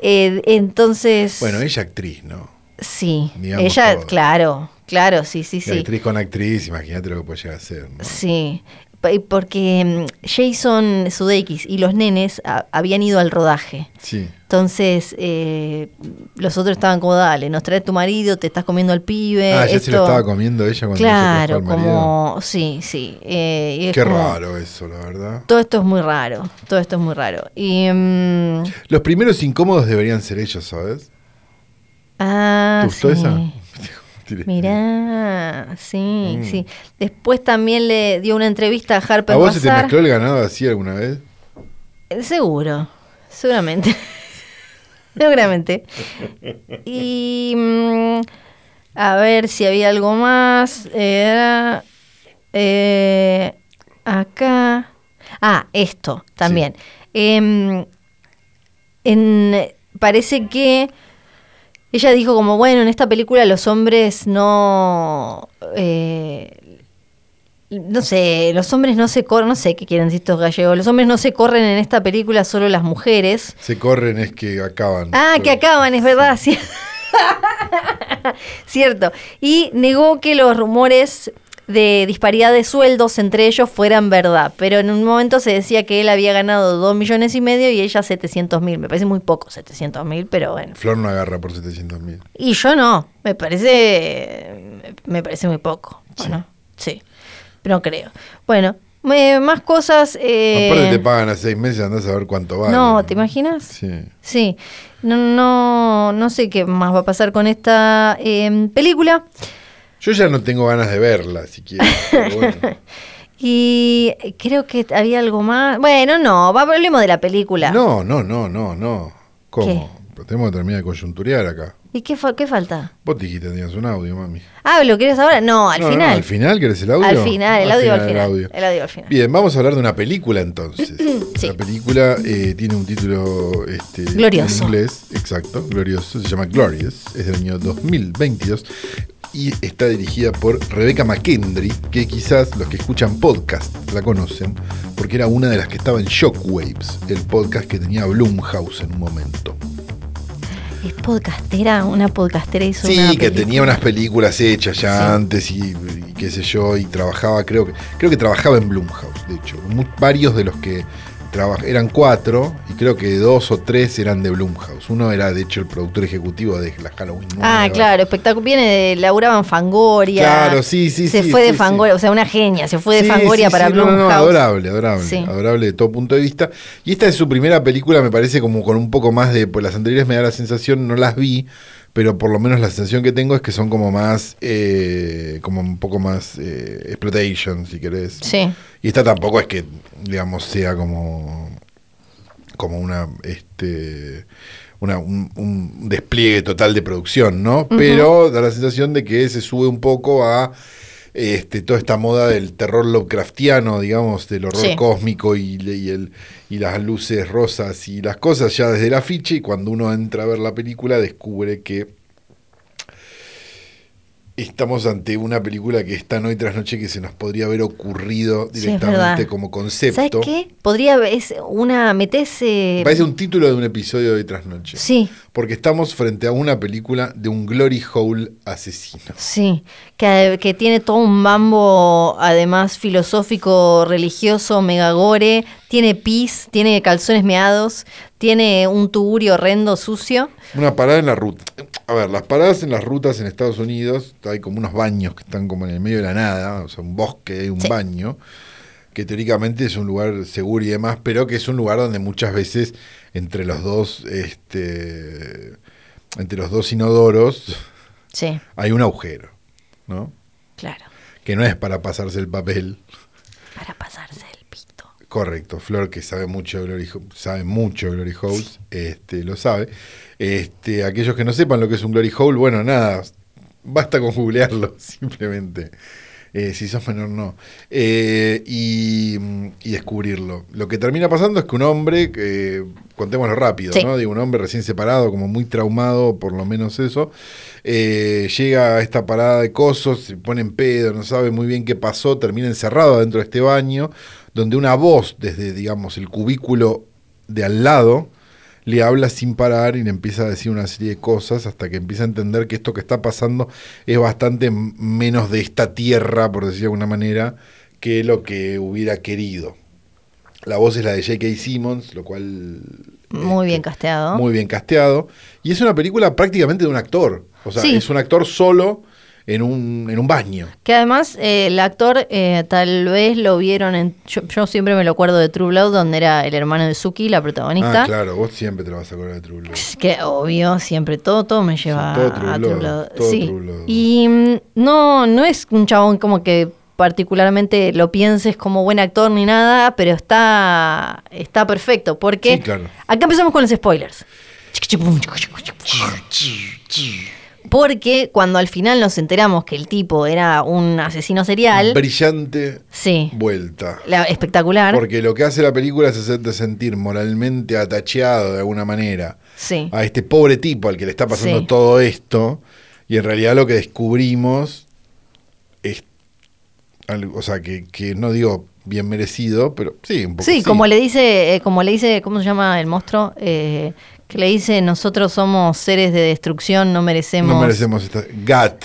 B: Eh, entonces,
A: Bueno, ella actriz, ¿no?
B: sí,
A: digamos
B: ella,
A: todo.
B: claro, claro, sí, sí,
A: Y
B: sí.
A: Actriz con actriz, imagínate lo que puede llegar a ser. ¿no?
B: Sí, pa- y porque mm, Jason Sudeikis y los nenes a- habían ido al rodaje.
A: Sí.
B: Entonces, eh, los otros estaban como, dale, nos traes tu marido, te estás comiendo al pibe.
A: ah, ya se lo
B: esto".
A: estaba comiendo ella cuando se
B: Claro,
A: lo trajo al marido.
B: como, sí, sí. eh, y es
A: Qué
B: como,
A: raro eso, la verdad.
B: Todo esto es muy raro, todo esto es muy raro. Y, mm,
A: Los primeros incómodos deberían ser ellos, ¿sabes?
B: Ah,
A: ¿Te gustó
B: sí.
A: esa? Tiré.
B: Mirá, sí,
A: Mm.
B: sí. Después también le dio una entrevista a Harper
A: ¿A vos se te
B: Bazaar.
A: mezcló el ganado así alguna vez?
B: Seguro, seguramente. seguramente. Y mm, a ver si había algo más. Era eh, acá. Ah, esto también. Em, en, parece que ella dijo como, bueno, en esta película los hombres no... eh, no sé, los hombres no se corren, no sé qué quieren decir estos gallegos, los hombres no se corren en esta película, solo las mujeres.
A: Se corren es que acaban.
B: Ah, que acaban, es verdad, sí. Cierto. Y negó que los rumores de disparidad de sueldos entre ellos fueran verdad, pero en un momento se decía que él había ganado 2 millones y medio y ella 700 mil, me parece muy poco 700 mil, pero bueno.
A: Flor no agarra por 700 mil.
B: Y yo no, me parece me parece muy poco. Bueno, sí, no creo. Bueno, eh, más cosas... eh,
A: Aparte te pagan a seis meses, andás a ver cuánto vale.
B: No, ¿te imaginas?
A: Sí.
B: Sí, no, no, no sé qué más va a pasar con esta em, película.
A: Yo ya no tengo ganas de verla, si quieres. pero bueno.
B: Y creo que había algo más. Bueno, no, va, hablemos de la película.
A: No, no, no, no, no. ¿Cómo? Pero tenemos que terminar de coyunturear acá.
B: ¿Y qué, fa- qué falta?
A: Vos te dijiste que tenías un audio, mami.
B: Ah, ¿lo querés ahora? No, al
A: No, no,
B: final.
A: ¿Al final querés el audio?
B: Al final, el audio al final.
A: el
B: El audio al final.
A: Bien, vamos a hablar de una película entonces.
B: Sí.
A: La película eh, tiene un título este,
B: Glorioso.
A: en inglés, exacto, glorioso, se llama Glorious, es del año 2022 y está dirigida por Rebecca McKendry, que quizás los que escuchan podcast la conocen, porque era una de las que estaba en Shockwaves, el podcast que tenía Blumhouse en un momento.
B: Es podcastera, una podcastera hizo
A: Sí,
B: una
A: que
B: película.
A: tenía unas películas hechas ya
B: Sí.
A: antes y, y qué sé yo, y trabajaba, creo que, creo que trabajaba en Blumhouse, de hecho. Mu- varios de los que traba- eran cuatro, y creo que dos o tres eran de Blumhouse. Uno era, de hecho, el productor ejecutivo de la Halloween.
B: Ah,
A: nueva.
B: claro, espectáculo. Viene de Laura Fangoria.
A: Claro, sí, sí,
B: Se
A: sí,
B: fue de
A: sí,
B: Fangoria,
A: sí.
B: o sea, una genia, se fue de
A: Sí,
B: Fangoria
A: sí,
B: para
A: sí, no, no,
B: Blumhouse.
A: no, adorable, adorable,
B: Sí.
A: adorable de todo punto de vista. Y esta es su primera película, me parece como con un poco más de, pues las anteriores me da la sensación, no las vi, pero por lo menos la sensación que tengo es que son como más, eh, como un poco más eh, exploitation, si querés.
B: Sí.
A: Y esta tampoco es que, digamos, sea como, como una, este, una- un, un despliegue total de producción, ¿no? Pero da la sensación de que se sube un poco a este, toda esta moda del terror Lovecraftiano, digamos, del horror
B: Sí.
A: cósmico y, le- y el, y las luces rosas y las cosas ya desde el afiche. Y cuando uno entra a ver la película, descubre que Estamos ante una película que está hoy tras noche que se nos podría haber ocurrido
B: Sí, es
A: directamente
B: verdad.
A: como
B: ¿Sabes
A: concepto.
B: qué? Podría haber- es una meterse.
A: Me Parece un título de un episodio de hoy tras noche.
B: Eh, Sí,
A: Porque estamos frente a una película de un glory hole asesino.
B: sí. Que, que tiene todo un mambo, además filosófico, religioso, megagore. Tiene pis, tiene calzones meados, tiene un tugurio horrendo, sucio.
A: Una parada en la ruta. A ver, las paradas en las rutas en Estados Unidos, hay como unos baños que están como en el medio de la nada, o sea, un bosque, hay un
B: Sí.
A: baño, que teóricamente es un lugar seguro y demás, pero que es un lugar donde muchas veces entre los dos, este, entre los dos inodoros,
B: Sí,
A: hay un agujero, ¿no?
B: claro.
A: Que no es para pasarse el papel.
B: Para pasarse el pito.
A: Correcto, Flor, que sabe mucho de Glory Ho- sabe mucho de Glory Holes, este, lo sabe. Este, aquellos que no sepan lo que es un Glory Hole, bueno, nada, basta con googlearlo, simplemente. Eh, si sos menor, no. Eh, y, y descubrirlo. Lo que termina pasando es que un hombre, eh, contémoslo rápido,
B: Sí.
A: ¿no? Digo, un hombre recién separado, como muy traumado, por lo menos eso, eh, llega a esta parada de cosos, se pone en pedo, no sabe muy bien qué pasó, termina encerrado dentro de este baño, donde una voz desde, digamos, el cubículo de al lado, le habla sin parar y le empieza a decir una serie de cosas hasta que empieza a entender que esto que está pasando es bastante m- menos de esta tierra, por decirlo de alguna manera, que lo que hubiera querido. La voz es la de J.K. Simmons, lo cual... este,
B: Muy bien casteado.
A: muy bien casteado. Y es una película prácticamente de un actor. O sea,
B: Sí.
A: es un actor solo en un, en un baño.
B: Que además eh, el actor eh, tal vez lo vieron en... Yo, yo siempre me lo acuerdo de True Blood, donde era el hermano de Suki, la protagonista.
A: Ah, claro, vos siempre te lo vas a acordar de True Blood.
B: Que obvio, siempre todo, todo me lleva
A: Sí, todo True
B: a
A: Blood,
B: True Blood.
A: todo
B: sí.
A: True Blood.
B: Y mm, no, no es un chabón como que particularmente lo pienses como buen actor ni nada, pero está, está perfecto. Porque
A: Sí, claro.
B: acá empezamos con los spoilers. Porque cuando al final nos enteramos que el tipo era un asesino serial,
A: Brillante
B: sí,
A: vuelta.
B: la- espectacular,
A: Porque lo que hace la película es hacerte sentir moralmente atacheado de alguna manera
B: sí,
A: a este pobre tipo al que le está pasando
B: Sí.
A: todo esto. Y en realidad lo que descubrimos es. algo- O sea, que, que no digo bien merecido, pero sí, un poco.
B: sí, como le dice, eh, como le dice, ¿cómo se llama el monstruo? Eh, que le dice, nosotros somos seres de destrucción, no merecemos,
A: No merecemos esta. Gat,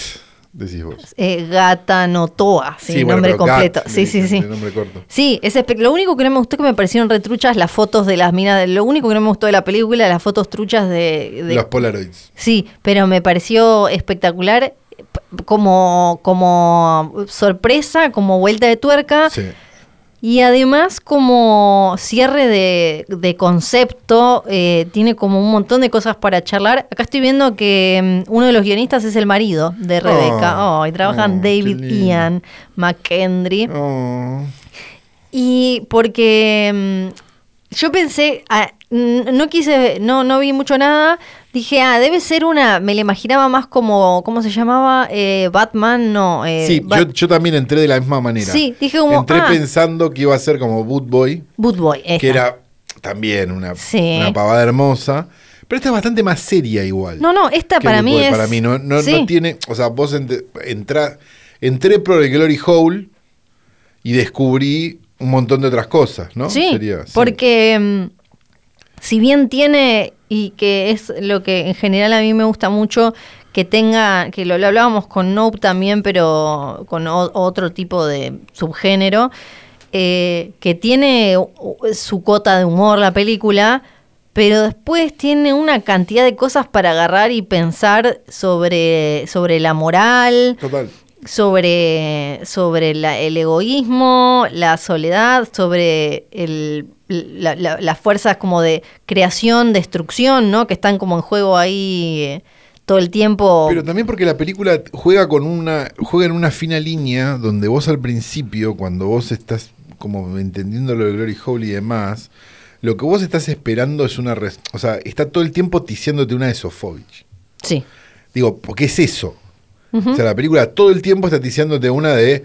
A: decís vos.
B: eh, Gata Notoa, sí,
A: bueno,
B: nombre
A: pero Gat,
B: completo,
A: le
B: sí, sí,
A: dicen,
B: sí.
A: de nombre corto.
B: Sí, es espe- lo único que no me gustó que me parecieron retruchas las fotos de las minas. de- Lo único que no me gustó de la película, las fotos truchas de, de
A: Los Polaroids.
B: Sí, pero me pareció espectacular eh, p- como, como sorpresa, como vuelta de tuerca
A: Sí.
B: y además como cierre de, de concepto, eh, tiene como un montón de cosas para charlar. Acá estoy viendo que mm, uno de los guionistas es el marido de Rebeca,
A: Oh,
B: oh, y trabajan
A: oh, qué
B: David
A: lindo.
B: Ian McKendry.
A: Oh.
B: Y porque mm, yo pensé, ah, n- no quise, no, no vi mucho nada. Dije, ah, debe ser una, me la imaginaba más como, ¿cómo se llamaba? Eh, Batman, no. eh,
A: sí,
B: Bat-
A: yo, yo también entré de la misma manera.
B: Sí, dije como,
A: Entré
B: ah.
A: pensando que iba a ser como Boot Boy,
B: Boot Boy, esta.
A: que era también una,
B: Sí.
A: una pavada hermosa. Pero esta es bastante más seria igual.
B: No, no, esta
A: que
B: para
A: Boot
B: mí
A: Boy.
B: es.
A: Para mí no, no,
B: sí.
A: no tiene... O sea, vos ent- entra- entré por el Glory Hole y descubrí un montón de otras cosas, ¿no?
B: Sí,
A: Sería, sí.
B: porque mm, si bien tiene, y que es lo que en general a mí me gusta mucho, que tenga, que lo, lo hablábamos con Nope también, pero con o- otro tipo de subgénero, eh, que tiene u- u- su cota de humor la película, pero después tiene una cantidad de cosas para agarrar y pensar sobre, sobre la moral,
A: Total.
B: sobre, sobre la- el egoísmo, la soledad, sobre el- la- la- las fuerzas como de creación, destrucción, ¿no? Que están como en juego ahí eh, todo el tiempo.
A: Pero también porque la película juega con una juega en una fina línea donde vos al principio, cuando vos estás como entendiendo lo de Glory Hole y demás, lo que vos estás esperando es una... res- o sea, está todo el tiempo ticiándote una de Sofovich.
B: sí.
A: Digo, porque es eso.
B: Ujú.
A: O sea, la película todo el tiempo está ticiándote una de...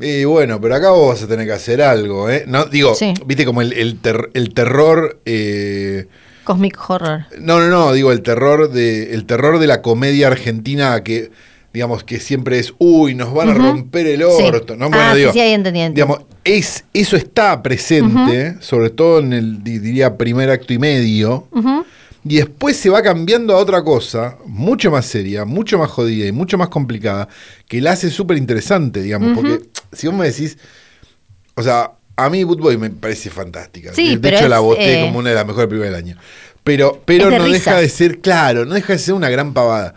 A: Y bueno, pero acá vos vas a tener que hacer algo, ¿eh? No, digo,
B: Sí.
A: viste como el, el ter- el terror... eh,
B: Cosmic Horror.
A: no, no, no, digo el terror de el terror de la comedia argentina que digamos que siempre es, uy, nos van
B: Ujú.
A: a romper el orto,
B: Sí.
A: ¿no? Bueno,
B: Ah, sí,
A: digo,
B: sí, ahí entendí, entendí.
A: digamos, es eso está presente, sobre todo en el di- diría primer acto y medio,
B: Ujú.
A: y después se va cambiando a otra cosa mucho más seria, mucho más jodida y mucho más complicada, que la hace súper interesante, digamos,
B: Ujú.
A: porque si vos me decís, o sea, a mí Boot Boy me parece fantástica.
B: Sí,
A: de de
B: pero
A: hecho la
B: es,
A: voté
B: eh,
A: como una de las mejores películas del año. Pero, pero
B: Es de
A: no deja
B: risas.
A: de ser, claro, no deja de ser una gran pavada.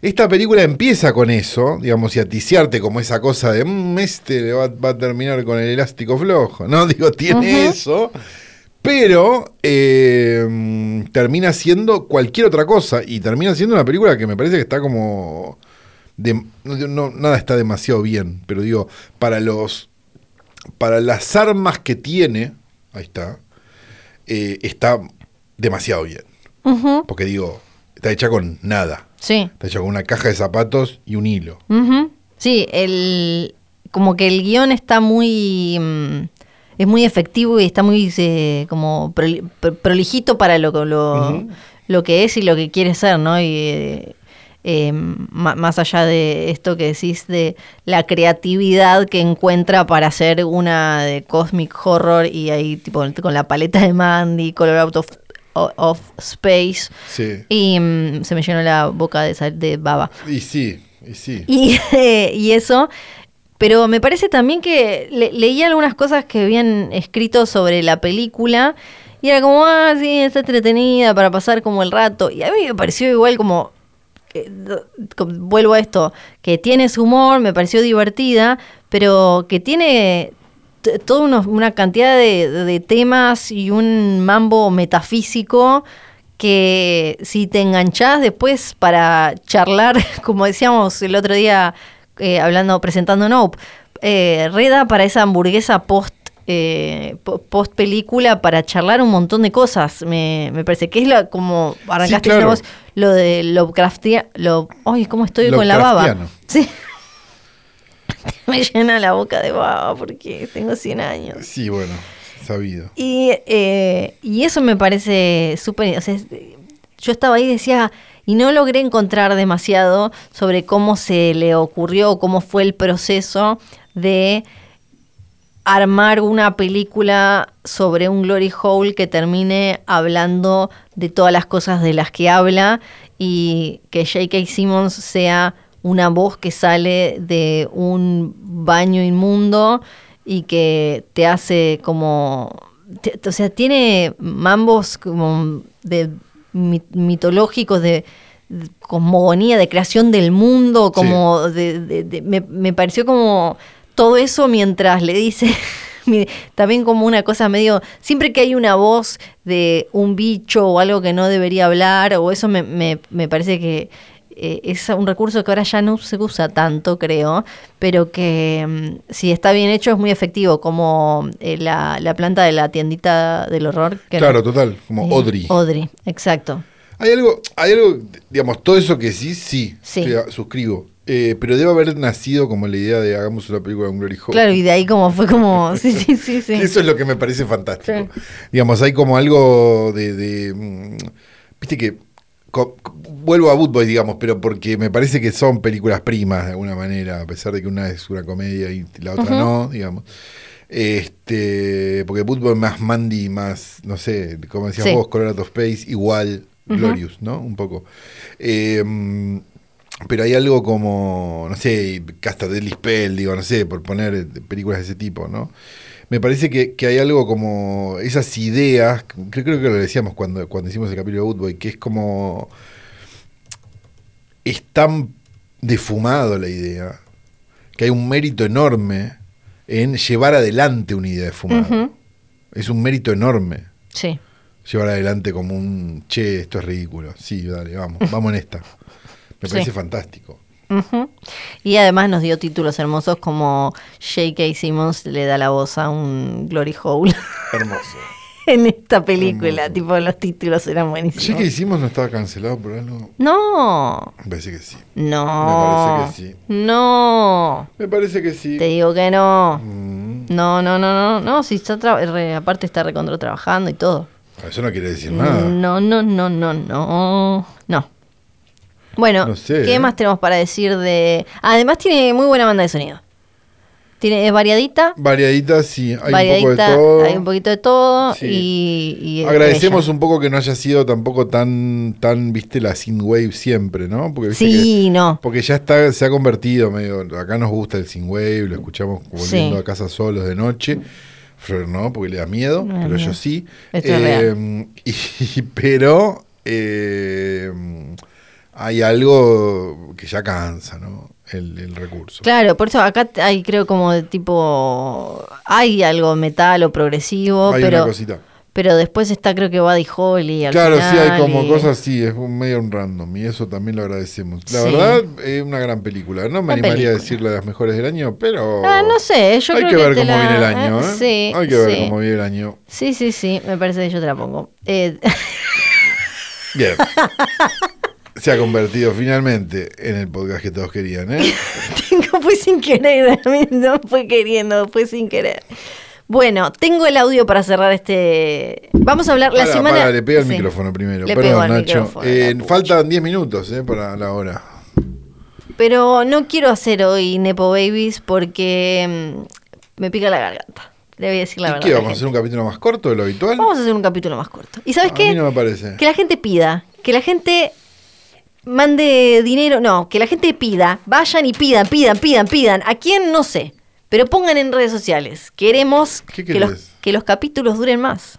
A: Esta película empieza con eso, digamos, y a ticiarte como esa cosa de, "Mm, este le va, va a terminar con el elástico flojo, ¿no? Digo, tiene
B: Ujú.
A: eso. Pero eh, termina siendo cualquier otra cosa. Y termina siendo una película que me parece que está como. de- no- no- nada está demasiado bien. Pero digo, para los. Para las armas que tiene. Ahí está. eh, está demasiado bien.
B: Ujú.
A: Porque digo, está hecha con nada.
B: Sí.
A: Está hecha con una caja de zapatos y un hilo.
B: Ujú. Sí, el, como que el guión está muy... mm, es muy efectivo y está muy eh, como proli- pro- prolijito para lo, que- lo,
A: Ujú.
B: lo que es y lo que quiere ser, ¿no? Y eh, eh, ma- más allá de esto que decís de la creatividad que encuentra para hacer una de cosmic horror y ahí tipo con la paleta de Mandy, Color Out of, of Space
A: Sí.
B: y mm, se me llenó la boca de, sal- de baba.
A: Y sí, y sí.
B: Y, eh, y eso. Pero me parece también que le- leí algunas cosas que habían escrito sobre la película y era como, ah, sí, está entretenida para pasar como el rato. Y a mí me pareció igual como, eh, do- com- vuelvo a esto, que tiene su humor, me pareció divertida, pero que tiene t- toda unos- una cantidad de, de temas y un mambo metafísico que si te enganchás después para charlar, como decíamos el otro día eh, hablando, presentando Nope, eh, reda para esa hamburguesa post eh, po- post película para charlar un montón de cosas, me, me parece que es la, como arrancaste
A: claro.
B: vos, lo de Lovecraftia, lo, ay, cómo estoy con la baba.
A: Lovecraftiano.
B: Sí. Me llena la boca de baba porque tengo 100 años.
A: Sí, bueno, sabido.
B: Y, eh, y eso me parece súper... o sea, es- yo estaba ahí y decía, y no logré encontrar demasiado sobre cómo se le ocurrió, o cómo fue el proceso de armar una película sobre un glory hole que termine hablando de todas las cosas de las que habla y que J.K. Simmons sea una voz que sale de un baño inmundo y que te hace como... te- o sea, tiene mambos como de mi- mitológicos de, de cosmogonía, de creación del mundo, como de- de- de- me, me pareció como todo eso mientras le dice, mire, también como una cosa medio, siempre que hay una voz de un bicho o algo que no debería hablar, o eso me, me- me parece que eh, es un recurso que ahora ya no se usa tanto, creo, pero que mm, si está bien hecho es muy efectivo, como eh, la, la planta de la tiendita del horror. Que
A: Claro, total, como
B: Eh,
A: Audrey.
B: Audrey, exacto.
A: Hay algo, hay algo, digamos, todo eso que sí, sí,
B: Sí.
A: estoy a- suscribo. Eh, pero debe haber nacido como la idea de hagamos una película de un glory hole.
B: Claro, y de ahí como fue como, sí, sí, sí, sí.
A: Eso es lo que me parece fantástico.
B: Sí.
A: Digamos, hay como algo de. de, mm, Viste que. co- co- vuelvo a Bootboy, digamos, pero porque me parece que son películas primas de alguna manera, a pesar de que una es una comedia y la otra no, digamos. Este, porque Bootboy más Mandy, más, no sé, como decías
B: Sí.
A: vos, Color Out of Space, igual
B: Ujú.
A: Glorious, ¿no? Un poco. Eh, pero hay algo como, no sé, Casta del Spell, digo, no sé, por poner eh, películas de ese tipo, ¿no? Me parece que, que hay algo como esas ideas, creo, creo que lo decíamos cuando, cuando hicimos el capítulo de Woodboy, que es como. Es tan defumado la idea, que hay un mérito enorme en llevar adelante una idea defumada.
B: Ujú,
A: Es un mérito enorme
B: Sí.
A: llevar adelante como un che, esto es ridículo. Sí, dale, vamos, vamos en esta. Me
B: Sí.
A: parece fantástico.
B: Ujú. Y además nos dio títulos hermosos como J.K. Simmons le da la voz a un Glory Hole
A: Hermoso.
B: en esta película.
A: Hermoso.
B: Tipo, los títulos eran
A: Sí
B: buenísimos.
A: que hicimos no estaba cancelado por algo.
B: No,
A: Me parece que sí.
B: no.
A: Me parece que sí.
B: No,
A: Me parece que sí.
B: te digo que no.
A: Mm,
B: No, no, no, no, no, si está tra- re- aparte está recontra trabajando y todo.
A: eso no quiere
B: Mm.
A: decir nada.
B: No, no, no, no, no. No. Bueno,
A: No sé,
B: ¿qué
A: eh.
B: más tenemos para decir de...? Además tiene muy buena banda de sonido. Tiene, es variadita,
A: Variadita, sí. Hay un poco
B: variadita,
A: de todo.
B: hay un poquito de todo
A: Sí.
B: y, y es
A: Agradecemos
B: bella.
A: un poco que no haya sido tampoco tan, tan viste, la synthwave siempre, ¿no? Porque, viste que-
B: Sí, no.
A: porque ya está, se ha convertido medio. Acá nos gusta el synthwave, lo escuchamos volviendo
B: Sí.
A: a casa solos de noche. Flor no, porque le da miedo,
B: No,
A: pero
B: no.
A: yo sí. Em,
B: Esto es
A: y- pero eh, hay algo que ya cansa, ¿no? El, el recurso.
B: Claro, por eso acá t- hay creo como de tipo... Hay algo metal o progresivo,
A: hay
B: pero
A: una cosita.
B: pero después está creo que Buddy Holly al
A: Claro, sí, hay
B: final
A: como
B: y-
A: cosas así, es un medio un random y eso también lo agradecemos. La
B: Sí.
A: verdad, es una gran película. No me
B: Una
A: animaría a
B: película.
A: decirla de las mejores del año, pero.
B: Ah, no sé, yo
A: hay
B: creo
A: que ver
B: te
A: cómo
B: la-
A: viene el año, ¿eh?
B: Sí,
A: hay que ver
B: sí.
A: cómo viene el año.
B: Sí, sí, sí, me parece que yo te la pongo. Eh,
A: Bien. Se ha convertido finalmente en el podcast que todos querían, ¿eh?
B: tengo, fue sin querer, no fue queriendo, fue sin querer. Bueno, tengo el audio para cerrar este. Vamos a hablar la
A: Pará,
B: semana.
A: pará, le pega el
B: Sí.
A: micrófono primero.
B: Le
A: Perdón,
B: pego al
A: Nacho.
B: micrófono,
A: Eh,
B: la pucha.
A: faltan 10 minutos, ¿eh? Para la hora.
B: Pero no quiero hacer hoy Nepo Babies porque mm, me pica la garganta. Le voy a decir la
A: ¿Y
B: verdad.
A: qué?
B: a la
A: ¿Vamos a hacer
B: gente.
A: un capítulo más corto de lo habitual?
B: Vamos a hacer un capítulo más corto. ¿Y sabes
A: a
B: qué?
A: mí no me parece.
B: Que la gente pida, que la gente mande dinero, no, que la gente pida, vayan y pidan, pidan, pidan, pidan. ¿A quién? No sé. Pero pongan en redes sociales. Queremos
A: ¿Qué
B: que los,
A: querés?
B: que los capítulos duren más.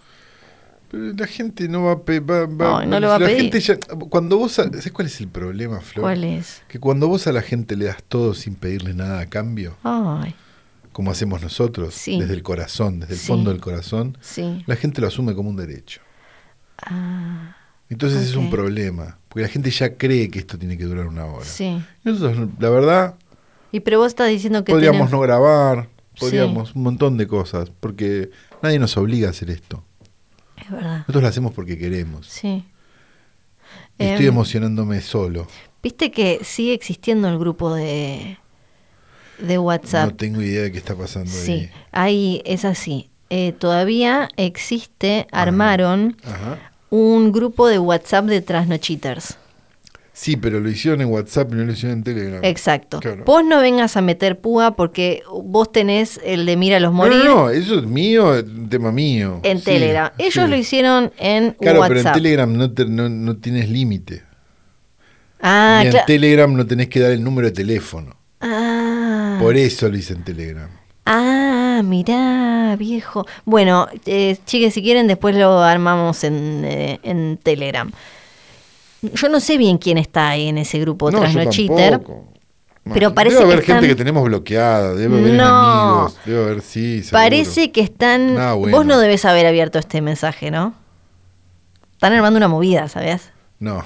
A: Pero la gente no va a pe- va- va-
B: Ay, no lo va a
A: la
B: pedir.
A: gente ya- cuando vos, a- ¿sabés cuál es el problema, Flor?
B: ¿Cuál es?
A: Que cuando vos a la gente le das todo sin pedirle nada a cambio,
B: Ay,
A: como hacemos nosotros,
B: Sí.
A: desde el corazón, desde el
B: Sí.
A: fondo del corazón,
B: sí.
A: la gente lo asume como un derecho.
B: Ah,
A: Entonces es un
B: Ok.
A: problema, porque la gente ya cree que esto tiene que durar una hora.
B: sí.
A: Y Nosotros, la verdad,
B: Y pero vos estás diciendo que
A: podríamos
B: tienen-
A: no grabar,
B: Sí.
A: podríamos un montón de cosas, porque nadie nos obliga a hacer esto.
B: Es verdad.
A: Nosotros lo hacemos porque queremos.
B: Sí.
A: Y estoy
B: Em,
A: emocionándome solo.
B: Viste que sigue existiendo el grupo de de WhatsApp.
A: No tengo idea de qué está pasando
B: sí,
A: ahí.
B: ahí es así. Eh, todavía existe, armaron
A: Ajá.
B: un grupo de WhatsApp de trasnochiters.
A: Sí, pero lo hicieron en WhatsApp y no lo hicieron en Telegram.
B: Exacto.
A: Claro.
B: Vos no vengas a meter púa porque vos tenés el de Míralos
A: No,
B: Morir
A: no, no, eso es mío, es un tema mío.
B: en
A: Sí,
B: Telegram. Ellos
A: sí.
B: lo hicieron en
A: Claro,
B: WhatsApp.
A: pero en Telegram no, te- no- no tienes límite.
B: ah,
A: Ni en
B: claro.
A: Telegram no tenés que dar el número de teléfono.
B: ah.
A: Por eso lo hice en Telegram.
B: Ah, mirá, viejo. Bueno, eh, chiques, si quieren, después lo armamos en, eh, en Telegram. Yo no sé bien quién está ahí en ese grupo
A: no, yo
B: Trasnochiter.
A: tampoco.
B: Pero parece
A: debe
B: que
A: haber gente
B: están-
A: que tenemos bloqueada, debe haber
B: No.
A: amigos, debe haber sí. seguro.
B: Parece que están.
A: Ah, bueno.
B: Vos no debes haber abierto este mensaje, ¿no? Están armando una movida, ¿sabes?
A: No.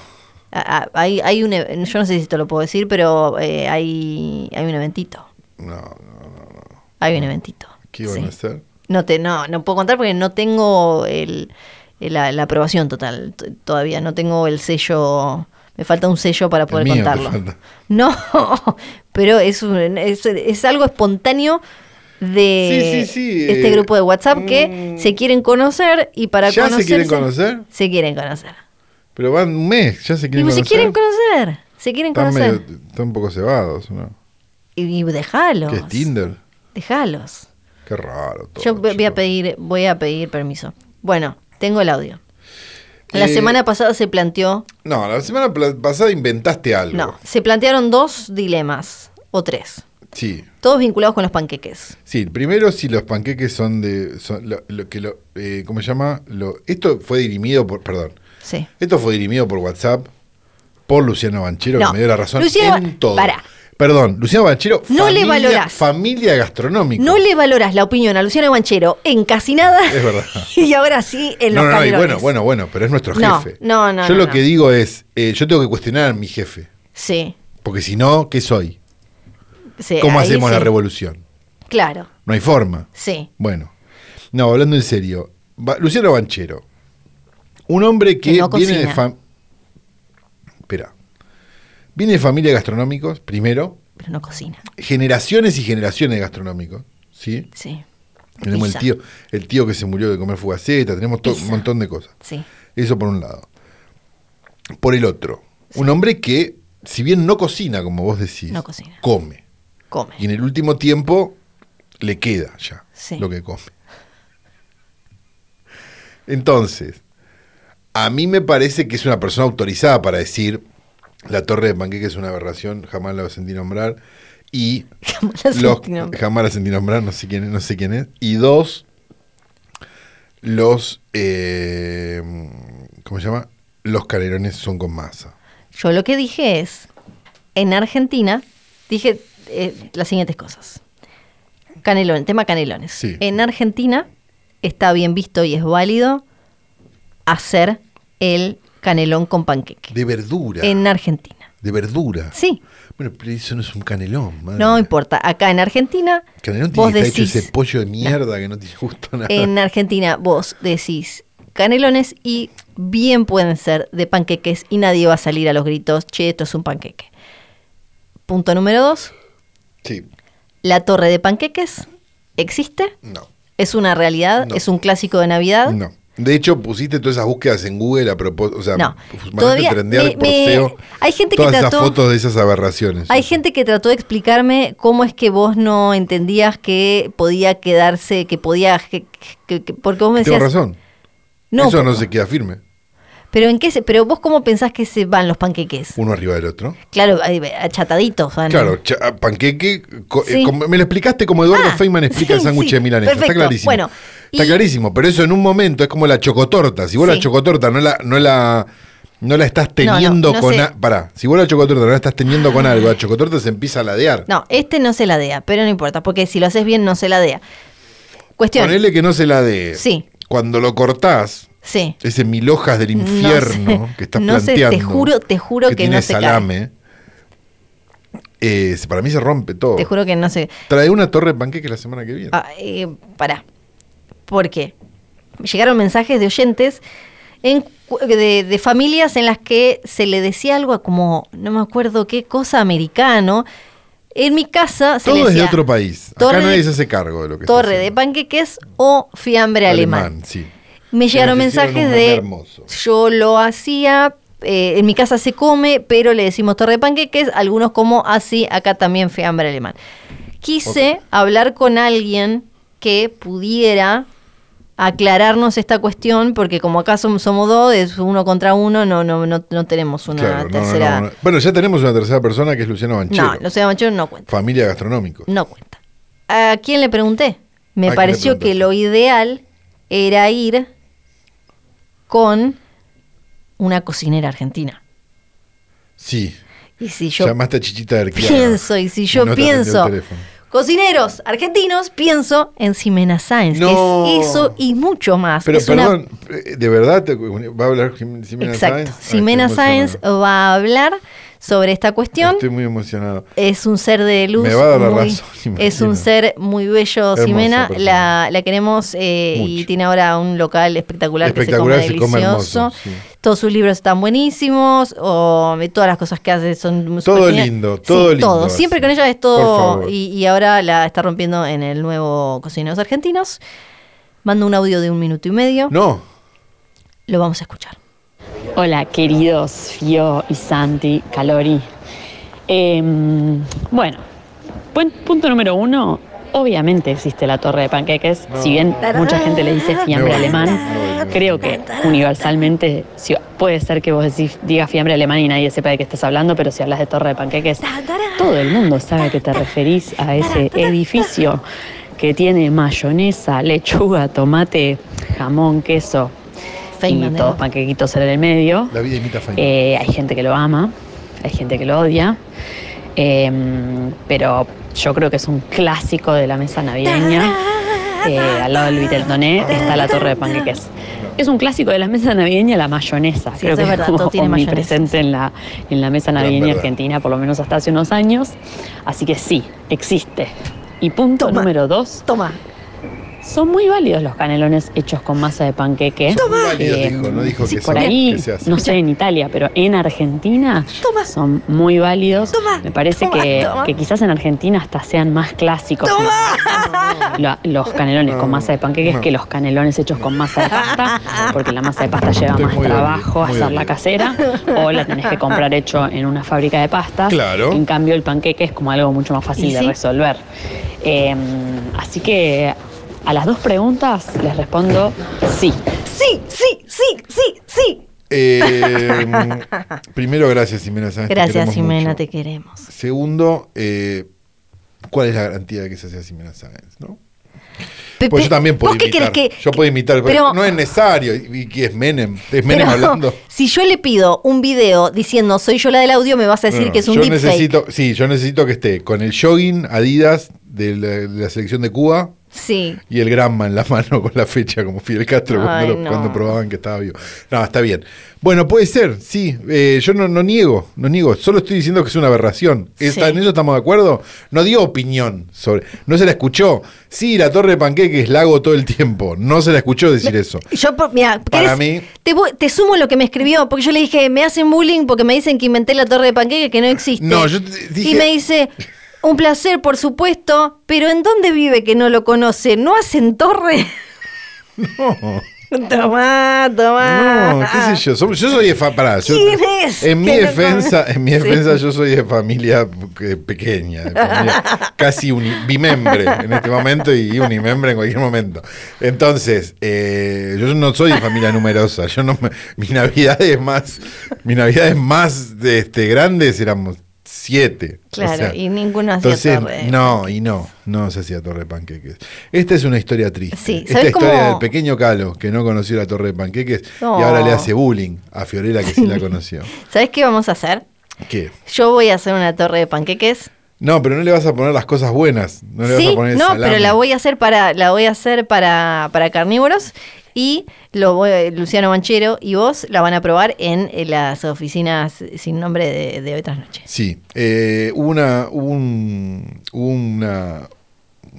B: Ah, ah, Hay, hay un, ev- yo no sé si esto lo puedo decir, pero eh, hay, hay un eventito.
A: No, no, no.
B: Hay un eventito.
A: ¿Qué iban
B: sí.
A: a hacer?
B: No, te, no, no puedo contar porque no tengo el, el- la, la aprobación total t- todavía. No tengo el sello. Me falta un sello para poder
A: mío te
B: contarlo.
A: falta.
B: No, pero es, un- es, es algo espontáneo de
A: Sí, sí, sí,
B: este
A: eh,
B: grupo de WhatsApp que
A: mm.
B: se quieren conocer y para
A: ¿Ya se quieren
B: conocerse-
A: conocer?
B: Se quieren conocer.
A: Pero van un mes, ya se
B: Y
A: quieren
B: se
A: conocer.
B: quieren conocer. Se quieren
A: Están,
B: conocer.
A: medio- están un poco cebados, ¿no?
B: Y, y dejalos.
A: ¿Qué es Tinder?
B: Dejalos.
A: Qué raro todo.
B: Yo voy a
A: chicos.
B: pedir, voy a pedir permiso. Bueno, tengo el audio. La
A: Eh,
B: semana pasada se planteó,
A: No, la semana pla- pasada inventaste algo.
B: no, se plantearon dos dilemas o tres,
A: Sí.
B: todos vinculados con los panqueques.
A: Sí, primero si los panqueques son de... Son lo, lo que lo, eh, ¿Cómo se llama? Lo, esto fue dirimido por... Perdón.
B: Sí.
A: Esto fue dirimido por WhatsApp, por Luciano Banchero,
B: No,
A: que me dio la razón
B: Luciano Ba-
A: en todo.
B: pará.
A: Perdón, Luciano Banchero,
B: No le valorás.
A: familia gastronómica.
B: No le valoras la opinión a Luciano Banchero encasinada.
A: Es verdad.
B: Y ahora sí en
A: no,
B: los
A: no, no, y bueno,
B: canelones.
A: bueno, bueno, pero es nuestro
B: No,
A: jefe.
B: no, no,
A: Yo
B: no,
A: lo
B: no.
A: que digo es, eh, yo tengo que cuestionar a mi jefe,
B: Sí.
A: porque si no, ¿qué soy?
B: sí,
A: ¿Cómo
B: Eh, ahí
A: hacemos
B: sí.
A: la revolución?
B: Claro,
A: No hay forma.
B: sí.
A: Bueno, no, hablando en serio, Ba- Luciano Banchero, un hombre que,
B: Que no
A: viene de
B: cocina.
A: fam- Espera. Viene de familia de gastronómicos, primero,
B: Pero no cocina.
A: generaciones y generaciones de gastronómicos, ¿sí?
B: Sí.
A: Tenemos
B: Pizza.
A: el tío, el tío que se murió de comer fugaceta, tenemos to- un
B: Pizza.
A: montón de cosas.
B: Sí.
A: Eso por un lado. Por el otro, un hombre que, si bien no cocina, como vos decís,
B: No cocina.
A: come.
B: Come.
A: Y en el último tiempo le queda ya
B: Sí.
A: lo que come. Entonces, a mí me parece que es una persona autorizada para decir la torre de panqueque es una aberración, jamás la sentí nombrar. Y
B: Jamás la
A: los-
B: sentí nombrar.
A: jamás la sentí nombrar, no sé quién es, no sé quién es. Y dos, los eh, ¿cómo se llama? Los canelones son con masa.
B: Yo lo que dije es, en Argentina, dije eh, las siguientes cosas. Canelón, tema canelones.
A: Sí.
B: En Argentina está bien visto y es válido hacer el canelón con panqueque.
A: De verdura.
B: En Argentina.
A: De verdura.
B: Sí,
A: Bueno, pero eso no es un canelón, madre.
B: no importa. Acá en Argentina,
A: Canelón tiene
B: vos
A: que estar hecho ese
B: decís, Eh,
A: pollo de mierda que no tiene gusto a nada.
B: en Argentina vos decís canelones y bien pueden ser de panqueques y nadie va a salir a los gritos, che, esto es un panqueque. Punto número dos.
A: Sí,
B: La torre de panqueques existe,
A: no.
B: es una realidad,
A: No.
B: es un clásico de Navidad.
A: No. De hecho, pusiste todas esas búsquedas en Google a propósito. O sea,
B: No.
A: mandaste
B: Todavía
A: trendear
B: me-
A: por
B: me-
A: SEO
B: hay gente que
A: todas esas
B: trató-
A: fotos de esas aberraciones.
B: Hay gente que trató de explicarme cómo es que vos no entendías que podía quedarse, que podía, que- que- que- porque vos me
A: Tengo
B: decías,
A: razón.
B: no,
A: eso no
B: pero-
A: se queda firme.
B: pero en qué, se, pero vos cómo pensás que se van los panqueques?
A: Uno arriba del otro.
B: Claro, ahí, achataditos, van.
A: Claro, cha- panqueque. co- eh,
B: Sí.
A: como- me lo explicaste como Eduardo
B: Ah,
A: Feynman explica el
B: sí,
A: sándwich
B: sí,
A: de Milanesa. Está
B: perfecto.
A: clarísimo.
B: Bueno,
A: Está
B: Y-
A: clarísimo, pero eso en un momento es como la chocotorta. Si vos la
B: Sí.
A: chocotorta no la, no la, no la estás
B: No, no,
A: teniendo
B: no
A: con...
B: sé.
A: a- Pará, si vos la chocotorta no la estás teniendo con algo, la chocotorta se empieza a ladear.
B: No, este no se ladea, pero no importa, porque si lo haces bien no se ladea. Cuestión.
A: Ponele que no se ladee.
B: Sí.
A: Cuando lo cortás,
B: Sí.
A: ese mil hojas del
B: No sé,
A: infierno que estás
B: no sé, te
A: planteando.
B: juro- te juro que
A: tiene
B: no se cae.
A: salame. eh, se- para mí se rompe todo.
B: Te juro que no se.
A: Trae una torre de panqueque la semana que viene.
B: Ah, eh, pará. ¿Por qué? Llegaron mensajes de oyentes en cu- de, de familias en las que se le decía algo a como, no me acuerdo qué cosa americano. En mi casa se le
A: todo es de
B: decía
A: otro país. Acá
B: torre de-
A: nadie se hace cargo de lo que está
B: torre de
A: haciendo.
B: panqueques o fiambre alemán.
A: sí.
B: Me
A: Sí,
B: llegaron
A: nos hicieron
B: mensajes
A: un meme
B: de.
A: hermoso.
B: Yo lo hacía. eh, en mi casa se come, pero le decimos torre de panqueques. Algunos como así, acá también fiambre alemán. Quise hablar con alguien que pudiera aclararnos esta cuestión, porque como acá som- somos dos, es uno contra uno, no, no, no, no tenemos una
A: Claro, no, no,
B: tercera.
A: no, no. Bueno, ya tenemos una tercera persona que es Luciano Banchero.
B: No, los Machero no cuenta.
A: Familia gastronómico.
B: No cuenta. ¿A quién le pregunté?
A: ¿A
B: Me
A: quién le
B: pareció
A: preguntaste?
B: que lo ideal era ir con una cocinera argentina.
A: Sí.
B: Y si yo
A: Llamaste a Chichita Erquiano.
B: pienso, y si yo
A: no te atendió
B: pienso,
A: el teléfono.
B: cocineros argentinos, pienso en Ximena Sáenz,
A: No.
B: que es eso y mucho más.
A: Pero
B: Es una-
A: perdón, eh, ¿de verdad te- va a hablar Jim- Ximena Sáenz?
B: Exacto.
A: Ay, estoy
B: Ximena Sáenz
A: emocionado.
B: va a hablar sobre esta cuestión.
A: Estoy muy emocionado.
B: Es un ser de luz.
A: Me va a dar la
B: muy-
A: razón, imagino.
B: es un ser muy bello,
A: Hermosa
B: Ximena.
A: persona.
B: La, la queremos eh, y
A: Mucho.
B: tiene ahora un local espectacular,
A: Espectacular,
B: que se
A: se
B: come
A: come
B: delicioso.
A: hermoso, sí.
B: Todos sus libros están buenísimos. o- y todas las cosas que hace son muy
A: Todo
B: supergenial.
A: lindo,
B: Sí,
A: todo lindo
B: Todo.
A: hace.
B: Siempre con ella es
A: Por
B: todo.
A: favor.
B: Y, y ahora la está rompiendo en el nuevo Cocineros Argentinos. Manda un audio de un minuto y medio.
A: No,
B: Lo vamos a escuchar.
C: Hola, queridos Fio y Santi Calori. Em, bueno, puen- punto número uno. Obviamente existe la torre de panqueques,
A: No.
C: si bien mucha gente le dice fiambre
A: Me voy,
C: alemán,
A: me voy, me voy.
C: creo que universalmente si- puede ser que vos decís- digas fiambre alemán y nadie sepa de qué estás hablando, pero si hablas de torre de panqueques, todo el mundo sabe que te referís a ese edificio que tiene mayonesa, lechuga, tomate, jamón, queso y
B: Feynman,
C: todos
B: ¿no?
C: panquequitos en el medio.
A: la vida imita a Feynman.
C: Eh, hay gente que lo ama, hay gente que lo odia, em, pero yo creo que es un clásico de la mesa navideña. Eh, al lado del Viteltoné está la torre de panqueques. Es un clásico de la mesa navideña la mayonesa.
B: Sí,
C: creo
B: eso
C: que
B: es verdad,
C: como
B: todo tiene mayonesa.
C: omnipresente en la, en la mesa
A: Gran
C: navideña
A: verdad.
C: argentina, por lo menos hasta hace unos años. Así que sí, existe. Y punto
B: Toma.
C: número dos,
B: Toma.
C: son muy válidos los canelones hechos con masa de panqueque.
A: Son muy válidos,
C: Eh,
A: dijo, no dijo
C: sí,
A: que
C: por
A: son,
C: ahí,
A: que se hacen.
C: no sé en Italia, pero en Argentina
B: Toma.
C: son muy válidos.
B: Toma,
C: Me parece
B: toma,
C: que,
B: toma.
C: que quizás en Argentina hasta sean más clásicos la- los canelones
A: No,
C: con masa de panqueques
A: no.
C: que los canelones hechos con masa de pasta, porque la masa de pasta lleva
A: Estoy
C: más
A: muy
C: trabajo
A: dolido, muy
C: hacerla
A: dolido.
C: casera o la tenés que comprar hecho en una fábrica de pastas.
A: Claro.
C: En cambio, el panqueque es como algo mucho más fácil
B: Y
C: de
B: sí.
C: resolver. Eh, así que a las dos preguntas les respondo sí.
B: Sí, sí, sí, sí, sí.
A: Eh, mm, primero, gracias, Ximena Sáenz. te
B: Gracias,
A: queremos
B: Ximena,
A: mucho.
B: te queremos.
A: Segundo, eh, ¿cuál es la garantía de que se hace Ximena Sáenz? ¿no?
B: Pepe,
A: Pues yo también puedo
B: ¿vos qué
A: imitar.
B: querés que-
A: yo puedo imitar, pero,
B: pero-
A: no es necesario. ¿Y que es Menem? ¿Es Menem
B: Pero,
A: hablando?
B: Si yo le pido un video diciendo soy yo la del audio, me vas a decir
A: No,
B: que es un
A: Ah, yo
B: deepfake.
A: necesito, Sí, yo necesito que esté con el jogging Adidas de la, de la selección de Cuba
B: Sí.
A: y el Granma en la mano con la fecha, como Fidel Castro
B: Ay,
A: cuando, lo-
B: no.
A: cuando probaban que estaba vivo. No, está bien. Bueno, puede ser, sí. Eh, yo no, no niego, no niego. Solo estoy diciendo que es una aberración. Está-
B: Sí.
A: ¿En eso estamos de acuerdo? No dio opinión sobre. No se la escuchó. Sí, la torre de panqueques la hago todo el tiempo. No se la escuchó decir eso.
B: Yo, por- mira,
A: Para
B: ¿querés-
A: mí-
B: te, voy- te sumo lo que me escribió, porque yo le dije, me hacen bullying porque me dicen que inventé la torre de panqueques que no existe.
A: No, yo te- dije-
B: Y me dice, un placer, por supuesto, pero ¿en dónde vive que no lo conoce? ¿No hacen torre? No. tomá, tomá. Ah.
A: No, qué sé yo. som- Yo soy de fa- pará, yo-
B: ¿Quién es
A: En mi
B: que no
A: defensa,
B: come?
A: en mi
B: Sí.
A: defensa, yo soy de familia eh, pequeña, de familia casi uni- bimembre en este momento y unimembre en cualquier momento. Entonces, eh, yo no soy de familia numerosa. Yo no, me- mis navidades más, mis navidades más de, este, grandes éramos siete.
B: Claro,
A: O sea,
B: y ninguno hacía
A: entonces,
B: torre.
A: no, y no, no se hacía torre de panqueques. Esta es una historia triste.
B: Sí,
A: Esta
B: ¿sabés
A: historia
B: cómo-
A: del pequeño Calo, que no conoció la torre de panqueques, y
B: No.
A: ahora le hace bullying a Fiorella, que sí la conoció.
B: ¿Sabes qué vamos a hacer?
A: ¿Qué?
B: Yo voy a hacer una torre de panqueques.
A: No, pero no le vas a poner las cosas buenas. No le vas
B: sí,
A: a poner el
B: no,
A: salame.
B: pero la voy a hacer para la voy a hacer para, para carnívoros y lo voy- Luciano Manchero y vos la van a probar en, eh, las oficinas sin nombre de, de hoy tras noche.
A: Sí, eh, hubo una, hubo un- hubo una,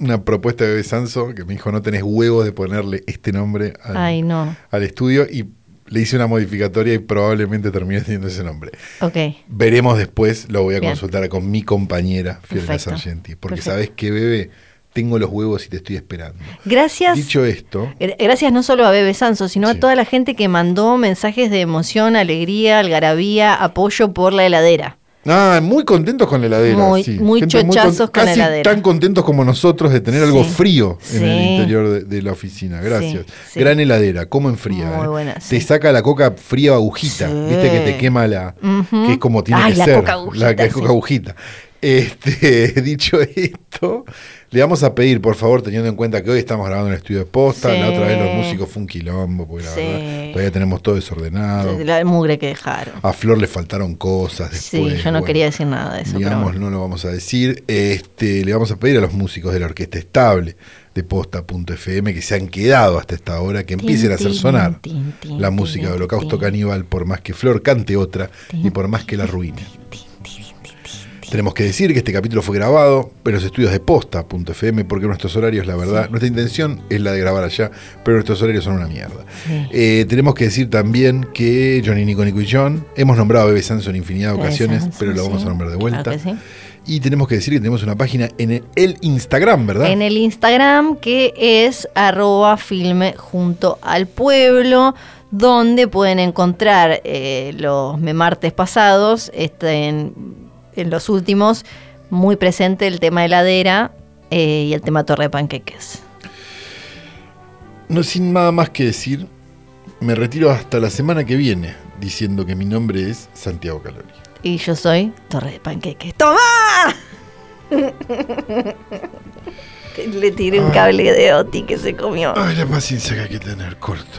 A: una propuesta de Bebe Sanso que me dijo, no tenés huevos de ponerle este nombre al,
B: Ay, no.
A: al estudio y le hice una modificatoria y probablemente termine siendo ese nombre.
B: Ok.
A: Veremos después, lo voy a
B: Bien.
A: consultar con mi compañera Fiorella
B: Perfecto.
A: Sargenti, porque
B: Perfecto.
A: sabes que Bebe, tengo los huevos y te estoy esperando.
B: Gracias.
A: Dicho esto,
B: Gra- Gracias no solo a Bebe Sanso, sino
A: Sí.
B: a toda la gente que mandó mensajes de emoción, alegría, algarabía, apoyo por la heladera.
A: Ah, muy contentos con la heladera.
B: Muy-
A: sí.
B: muy
A: Gente
B: chochazos con la
A: casi
B: heladera.
A: Tan contentos como nosotros de tener algo
B: Sí.
A: frío en el
B: Sí.
A: interior de, de la oficina. Gracias.
B: Sí, sí.
A: Gran heladera, cómo enfría.
B: Muy
A: eh.
B: buena,
A: Te
B: sí.
A: saca la coca fría agujita,
B: Sí.
A: viste que te quema la.
B: Ujú.
A: que es como tiene
B: Ay,
A: que
B: la
A: ser.
B: coca agujita,
A: la que es
B: sí.
A: coca agujita. Este, dicho esto, le vamos a pedir, por favor, teniendo en cuenta que hoy estamos grabando en el estudio de posta,
B: Sí.
A: la otra vez los músicos fue un quilombo, porque la
B: Sí.
A: verdad, todavía tenemos todo desordenado.
B: La mugre que dejaron.
A: A Flor le faltaron cosas después.
B: sí, yo no
A: bueno.
B: quería decir nada de eso. pero
A: Digamos,
B: bueno.
A: no lo vamos a decir. Este, le vamos a pedir a los músicos de la orquesta estable de posta.fm que se han quedado hasta esta hora, que empiecen a hacer
B: tin,
A: sonar
B: tin, tin,
A: la
B: tin,
A: música de
B: tin,
A: Holocausto
B: tin.
A: Caníbal, por más que Flor cante otra y por más que la ruine. Tenemos que decir que este capítulo fue grabado en los estudios de posta.fm porque nuestros horarios, la verdad, nuestra intención es la de grabar allá, pero nuestros horarios son una mierda. Eh, tenemos que decir también que Johnny Nico, Nico y John hemos nombrado a Bebe Sanso en infinidad de
B: Bebe
A: ocasiones,
B: Sanso,
A: pero lo vamos
B: sí,
A: a nombrar de
B: claro
A: vuelta.
B: que sí.
A: Y tenemos que decir que tenemos una página en el, el Instagram, ¿verdad?
B: En el Instagram que es arroba filme junto al pueblo, donde pueden encontrar eh, los memartes pasados, este, en, en los últimos, muy presente el tema heladera eh, y el tema torre de panqueques.
A: No sin nada más que decir, me retiro hasta la semana que viene diciendo que mi nombre es Santiago Calori.
B: Y yo soy torre de panqueques. ¡Toma! Le tiré un cable de Oti que se comió.
A: Ay, la paciencia que hay que tener, corto.